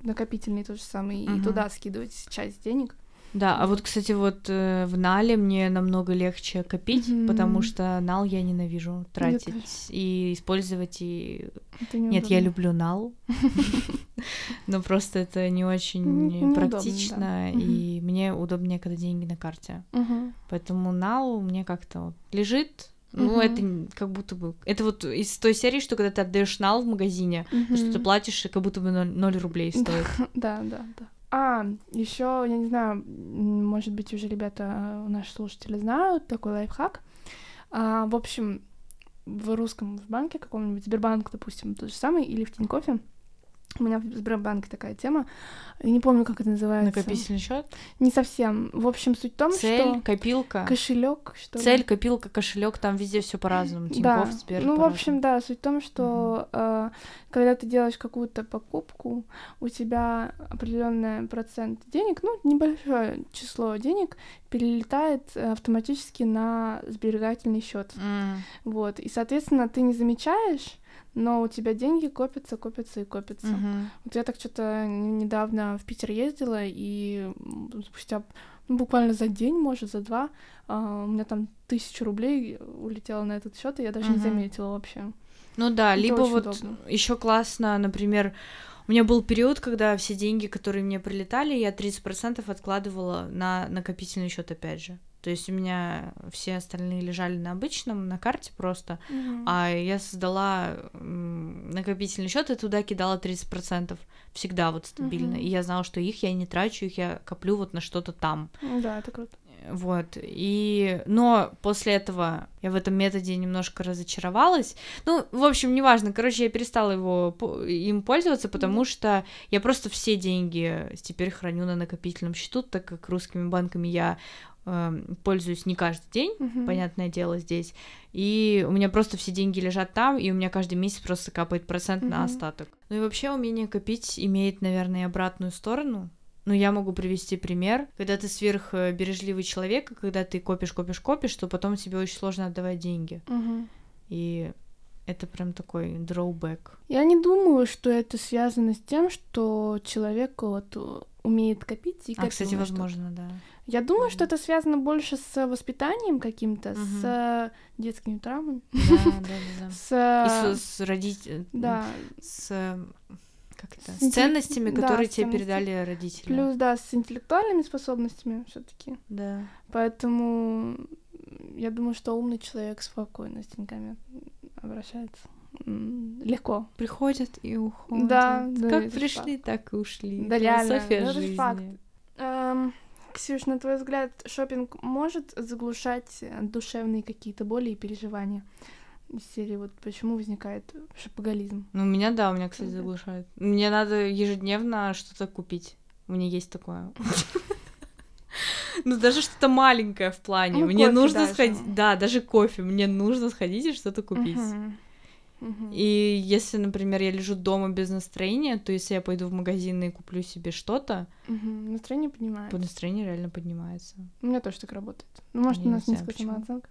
Speaker 1: накопительный тот же самый и
Speaker 2: Мгм.
Speaker 1: туда скидывать часть денег.
Speaker 2: Да, а вот, кстати, вот э, в Нале мне намного легче копить,
Speaker 1: Мгм.
Speaker 2: потому что Нал я ненавижу тратить
Speaker 1: тоже.
Speaker 2: и использовать. И...
Speaker 1: Это
Speaker 2: Нет, я
Speaker 1: неудобно.
Speaker 2: люблю Нал,
Speaker 1: <laughs>
Speaker 2: но просто это не
Speaker 1: Н-
Speaker 2: очень
Speaker 1: неудобно, да.
Speaker 2: практично, и мне удобнее, когда деньги на карте.
Speaker 1: Мгм.
Speaker 2: Поэтому Нал у меня как-то вот лежит. Ну,
Speaker 1: Мгм.
Speaker 2: это н- как будто бы... Это вот из той серии, что когда ты отдаешь нал в магазине, то, что ты
Speaker 1: Мгм.
Speaker 2: платишь, и как будто бы 0 рублей
Speaker 1: Да.
Speaker 2: стоит.
Speaker 1: Да, да, да. А, еще, я не знаю, м, может быть, уже ребята, э, наши слушатели знают такой лайфхак. А, в общем, в русском в банке каком-нибудь, Сбербанк, допустим, тот же самый, или в Тинькофе, У меня в Сбербанке такая тема. Я не помню, как это называется.
Speaker 2: Накопительный счет,
Speaker 1: Не совсем. В общем, суть в том,
Speaker 2: цель,
Speaker 1: что
Speaker 2: копилка.
Speaker 1: кошелек, что ли?
Speaker 2: Цель, копилка, кошелек, там везде все по-разному. Тинькофф, Сбер,
Speaker 1: Ну, в
Speaker 2: по-разному.
Speaker 1: общем, да, суть в том, что э, когда ты делаешь какую-то покупку, у тебя определенный процент денег, ну, небольшое число денег, перелетает э, автоматически на сберегательный счет.
Speaker 2: М.
Speaker 1: Вот. И, соответственно, ты не замечаешь, но у тебя деньги копятся, копятся и копятся.
Speaker 2: Мгм.
Speaker 1: Вот я так что-то недавно в Питер ездила, и м, спустя ну, буквально за день, может, за два, а, у меня там тысяча рублей улетела на этот счет, и я даже не
Speaker 2: Мгм.
Speaker 1: заметила вообще.
Speaker 2: Ну да,
Speaker 1: Это
Speaker 2: либо
Speaker 1: очень
Speaker 2: вот
Speaker 1: удобно.
Speaker 2: еще классно, например, у меня был период, когда все деньги, которые мне прилетали, я 30% откладывала на накопительный счет опять же. То есть у меня все остальные лежали на обычном, на карте просто, а я создала м, накопительный счет и туда кидала 30% всегда вот стабильно.
Speaker 1: Мгм.
Speaker 2: И я знала, что их я не трачу, их я коплю вот на что-то там.
Speaker 1: Ну Да, это круто.
Speaker 2: Вот. И... Но после этого я в этом методе немножко разочаровалась. Ну, в общем, неважно. Короче, я перестала его, по- им пользоваться, потому что я просто все деньги теперь храню на накопительном счету, так как русскими банками я эм, пользуюсь не каждый день,
Speaker 1: Мгм.
Speaker 2: понятное дело, здесь. И у меня просто все деньги лежат там, и у меня каждый месяц просто капает процент на
Speaker 1: Мгм.
Speaker 2: остаток. Ну и вообще умение копить имеет, наверное, и обратную сторону. Ну, я могу привести пример. Когда ты сверхбережливый человек, и когда ты копишь, копишь, копишь, то потом тебе очень сложно отдавать деньги.
Speaker 1: Мгм.
Speaker 2: И это прям такой дроубэк.
Speaker 1: Я не думаю, что это связано с тем, что человек вот э, умеет копить и
Speaker 2: А,
Speaker 1: копил
Speaker 2: кстати,
Speaker 1: на что-то.
Speaker 2: возможно, да.
Speaker 1: Я думаю,
Speaker 2: Мгм.
Speaker 1: что это связано больше с воспитанием каким-то,
Speaker 2: Мгм.
Speaker 1: с детскими травмами,
Speaker 2: Да, да,
Speaker 1: <laughs>
Speaker 2: да, да.
Speaker 1: с...
Speaker 2: И с, с родитель-
Speaker 1: А, Да,
Speaker 2: с, э, как это,
Speaker 1: С
Speaker 2: с
Speaker 1: интелли-
Speaker 2: ценностями,
Speaker 1: да,
Speaker 2: которые
Speaker 1: с
Speaker 2: тебе
Speaker 1: ценностями.
Speaker 2: передали родители.
Speaker 1: плюс, да, с интеллектуальными способностями все таки
Speaker 2: Да.
Speaker 1: Поэтому м, я думаю, что умный человек спокойно с деньгами обращается. М, Легко.
Speaker 2: приходят и уходят.
Speaker 1: Да, да,
Speaker 2: Как
Speaker 1: это
Speaker 2: пришли, так и ушли.
Speaker 1: Да, реально,
Speaker 2: Философия
Speaker 1: ну, это
Speaker 2: жизни.
Speaker 1: факт. Эм, Ксюш, на твой взгляд, шопинг может заглушать э, душевные какие-то боли и переживания? Из серии вот почему возникает шопоголизм?
Speaker 2: Ну, у меня, да, у меня, кстати,
Speaker 1: Да.
Speaker 2: заглушает. Мне надо ежедневно что-то купить. У меня есть такое. Ну, даже что-то маленькое в плане.
Speaker 1: Ну,
Speaker 2: мне
Speaker 1: кофе
Speaker 2: нужно
Speaker 1: даже.
Speaker 2: сходить... Да, даже кофе. Мне нужно сходить и что-то купить.
Speaker 1: Мгм. Мгм.
Speaker 2: И если, например, я лежу дома без настроения, то если я пойду в магазин и куплю себе что-то,
Speaker 1: Мгм. Настроение поднимается.
Speaker 2: то настроение реально поднимается.
Speaker 1: У меня тоже так работает. Ну, может,
Speaker 2: Я
Speaker 1: у
Speaker 2: не
Speaker 1: нас
Speaker 2: знаю,
Speaker 1: низкая
Speaker 2: почему.
Speaker 1: самооценка.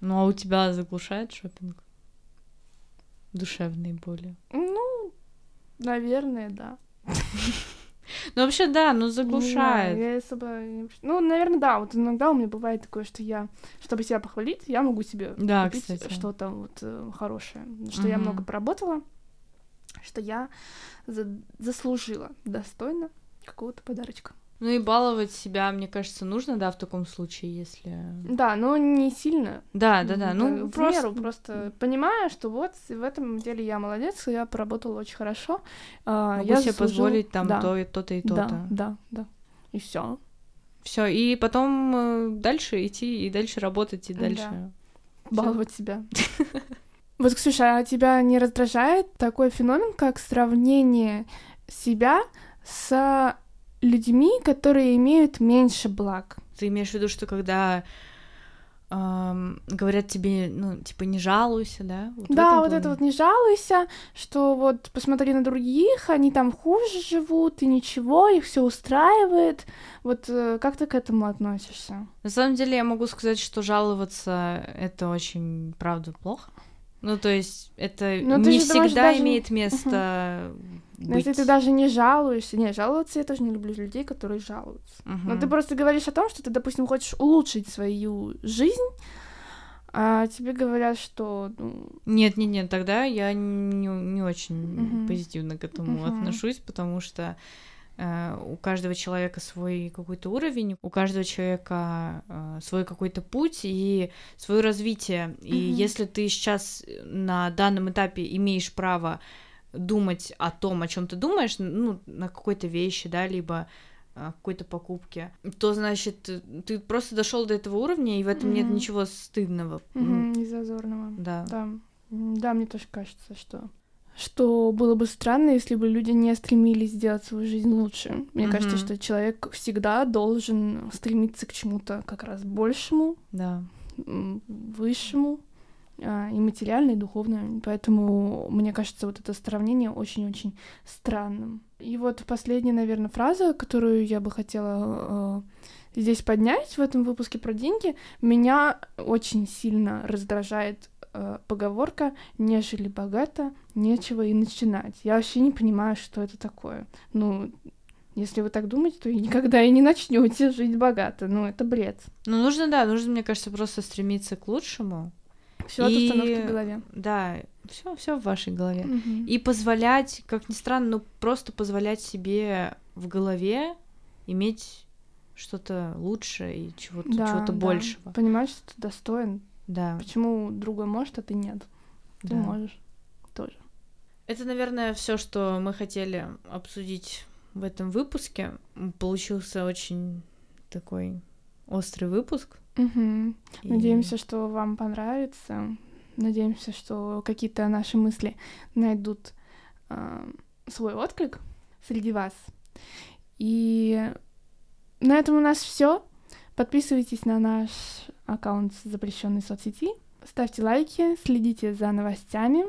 Speaker 2: Ну, а у тебя заглушает шопинг? Душевные боли.
Speaker 1: Ну, наверное, да.
Speaker 2: Ну, вообще, да, ну
Speaker 1: Не
Speaker 2: заглушает.
Speaker 1: знаю, я особо не пш- Ну, наверное, да. Вот иногда у меня бывает такое, что я, чтобы себя похвалить, я могу себе
Speaker 2: Да,
Speaker 1: купить
Speaker 2: кстати.
Speaker 1: что-то вот э, хорошее, что я
Speaker 2: Мгм.
Speaker 1: много поработала, что я за- заслужила достойно какого-то подарочка.
Speaker 2: Ну и баловать себя, мне кажется, нужно, да, в таком случае, если...
Speaker 1: Да, но не сильно.
Speaker 2: Да, да, да, ну
Speaker 1: в
Speaker 2: просто...
Speaker 1: меру, просто понимая, что вот в этом деле я молодец, я поработала очень хорошо. а,
Speaker 2: Могу
Speaker 1: я
Speaker 2: себе
Speaker 1: заслужила-
Speaker 2: позволить там
Speaker 1: да,
Speaker 2: то и то-то и
Speaker 1: да,
Speaker 2: то-то.
Speaker 1: да, да. И все.
Speaker 2: Все, и потом э, дальше идти, и дальше работать, и
Speaker 1: Да.
Speaker 2: дальше.
Speaker 1: баловать себя. <laughs> Вот, Ксюша, а тебя не раздражает такой феномен, как сравнение себя с людьми, которые имеют меньше благ?
Speaker 2: Ты имеешь в виду, что когда эм, говорят тебе, ну, типа, не жалуйся, да? Вот в
Speaker 1: да,
Speaker 2: этом
Speaker 1: вот это
Speaker 2: плане?
Speaker 1: вот не жалуйся, что вот посмотри на других, они там хуже живут, и ничего, их все устраивает. Вот э, как ты к этому относишься?
Speaker 2: На самом деле я могу сказать, что жаловаться это очень, правда, плохо. Ну, то есть это
Speaker 1: Но Ну, ты
Speaker 2: не
Speaker 1: же думаешь,
Speaker 2: всегда
Speaker 1: даже-
Speaker 2: имеет место
Speaker 1: Но
Speaker 2: быть.
Speaker 1: Ну, Если ты даже не жалуешься, не, жаловаться я тоже не люблю людей, которые жалуются. Но
Speaker 2: Мгм.
Speaker 1: Ну, ты просто говоришь о том, что ты, допустим, хочешь улучшить свою жизнь, а тебе говорят, что ну,
Speaker 2: Нет, нет, нет, тогда я не, не очень
Speaker 1: Мгм.
Speaker 2: позитивно к этому
Speaker 1: Мгм.
Speaker 2: отношусь, потому что э, у каждого человека свой какой-то уровень, у каждого человека э, свой какой-то путь и свое развитие. И
Speaker 1: Мгм.
Speaker 2: если ты сейчас э, на данном этапе имеешь право думать о том, о чем ты думаешь, ну, на какой-то вещи, да, либо э, какой-то покупке, то значит ты- ты просто дошел до этого уровня, и в этом нет
Speaker 1: Мгм.
Speaker 2: ничего стыдного. Ну,
Speaker 1: мгм, из зазорного.
Speaker 2: Да.
Speaker 1: Да, М, Да, мне тоже кажется, что что было бы странно, если бы люди не стремились сделать свою жизнь лучше. Мне кажется,
Speaker 2: Мгм.
Speaker 1: что человек всегда должен стремиться к чему-то как раз большему,
Speaker 2: Да.
Speaker 1: м, высшему, а, и материально, и духовно. Поэтому мне кажется, вот это сравнение очень-очень странным. И вот последняя, наверное, фраза, которую я бы хотела э, здесь поднять в этом выпуске про деньги, меня очень сильно раздражает э, поговорка «нежели богато, нечего и начинать». Я вообще не понимаю, что это такое. Ну, если вы так думаете, то и никогда и не начнете жить богато. Ну, это бред.
Speaker 2: Ну, нужно, да, нужно, мне кажется, просто стремиться к лучшему.
Speaker 1: Все от
Speaker 2: И-
Speaker 1: установки в голове.
Speaker 2: Да, все, все в вашей голове.
Speaker 1: Мгм.
Speaker 2: И позволять, как ни странно, ну просто позволять себе в голове иметь что-то лучше и чего-то
Speaker 1: Да,
Speaker 2: чего-то
Speaker 1: да.
Speaker 2: большего.
Speaker 1: Понимаешь, что ты достоин.
Speaker 2: Да.
Speaker 1: Почему другой может, а ты нет? Ты
Speaker 2: да.
Speaker 1: можешь.
Speaker 2: Это, наверное, все, что мы хотели обсудить в этом выпуске. М, Получился очень такой острый выпуск.
Speaker 1: Мгм.
Speaker 2: и-
Speaker 1: Надеемся, что вам понравится. Надеемся, что какие-то наши мысли найдут а, свой отклик среди вас. И на этом у нас все. Подписывайтесь на наш аккаунт запрещенной соцсети. Ставьте лайки, следите за новостями,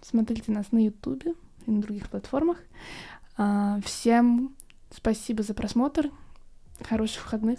Speaker 1: смотрите нас на Ютубе и на других платформах. А, Всем спасибо за просмотр. Хороших выходных.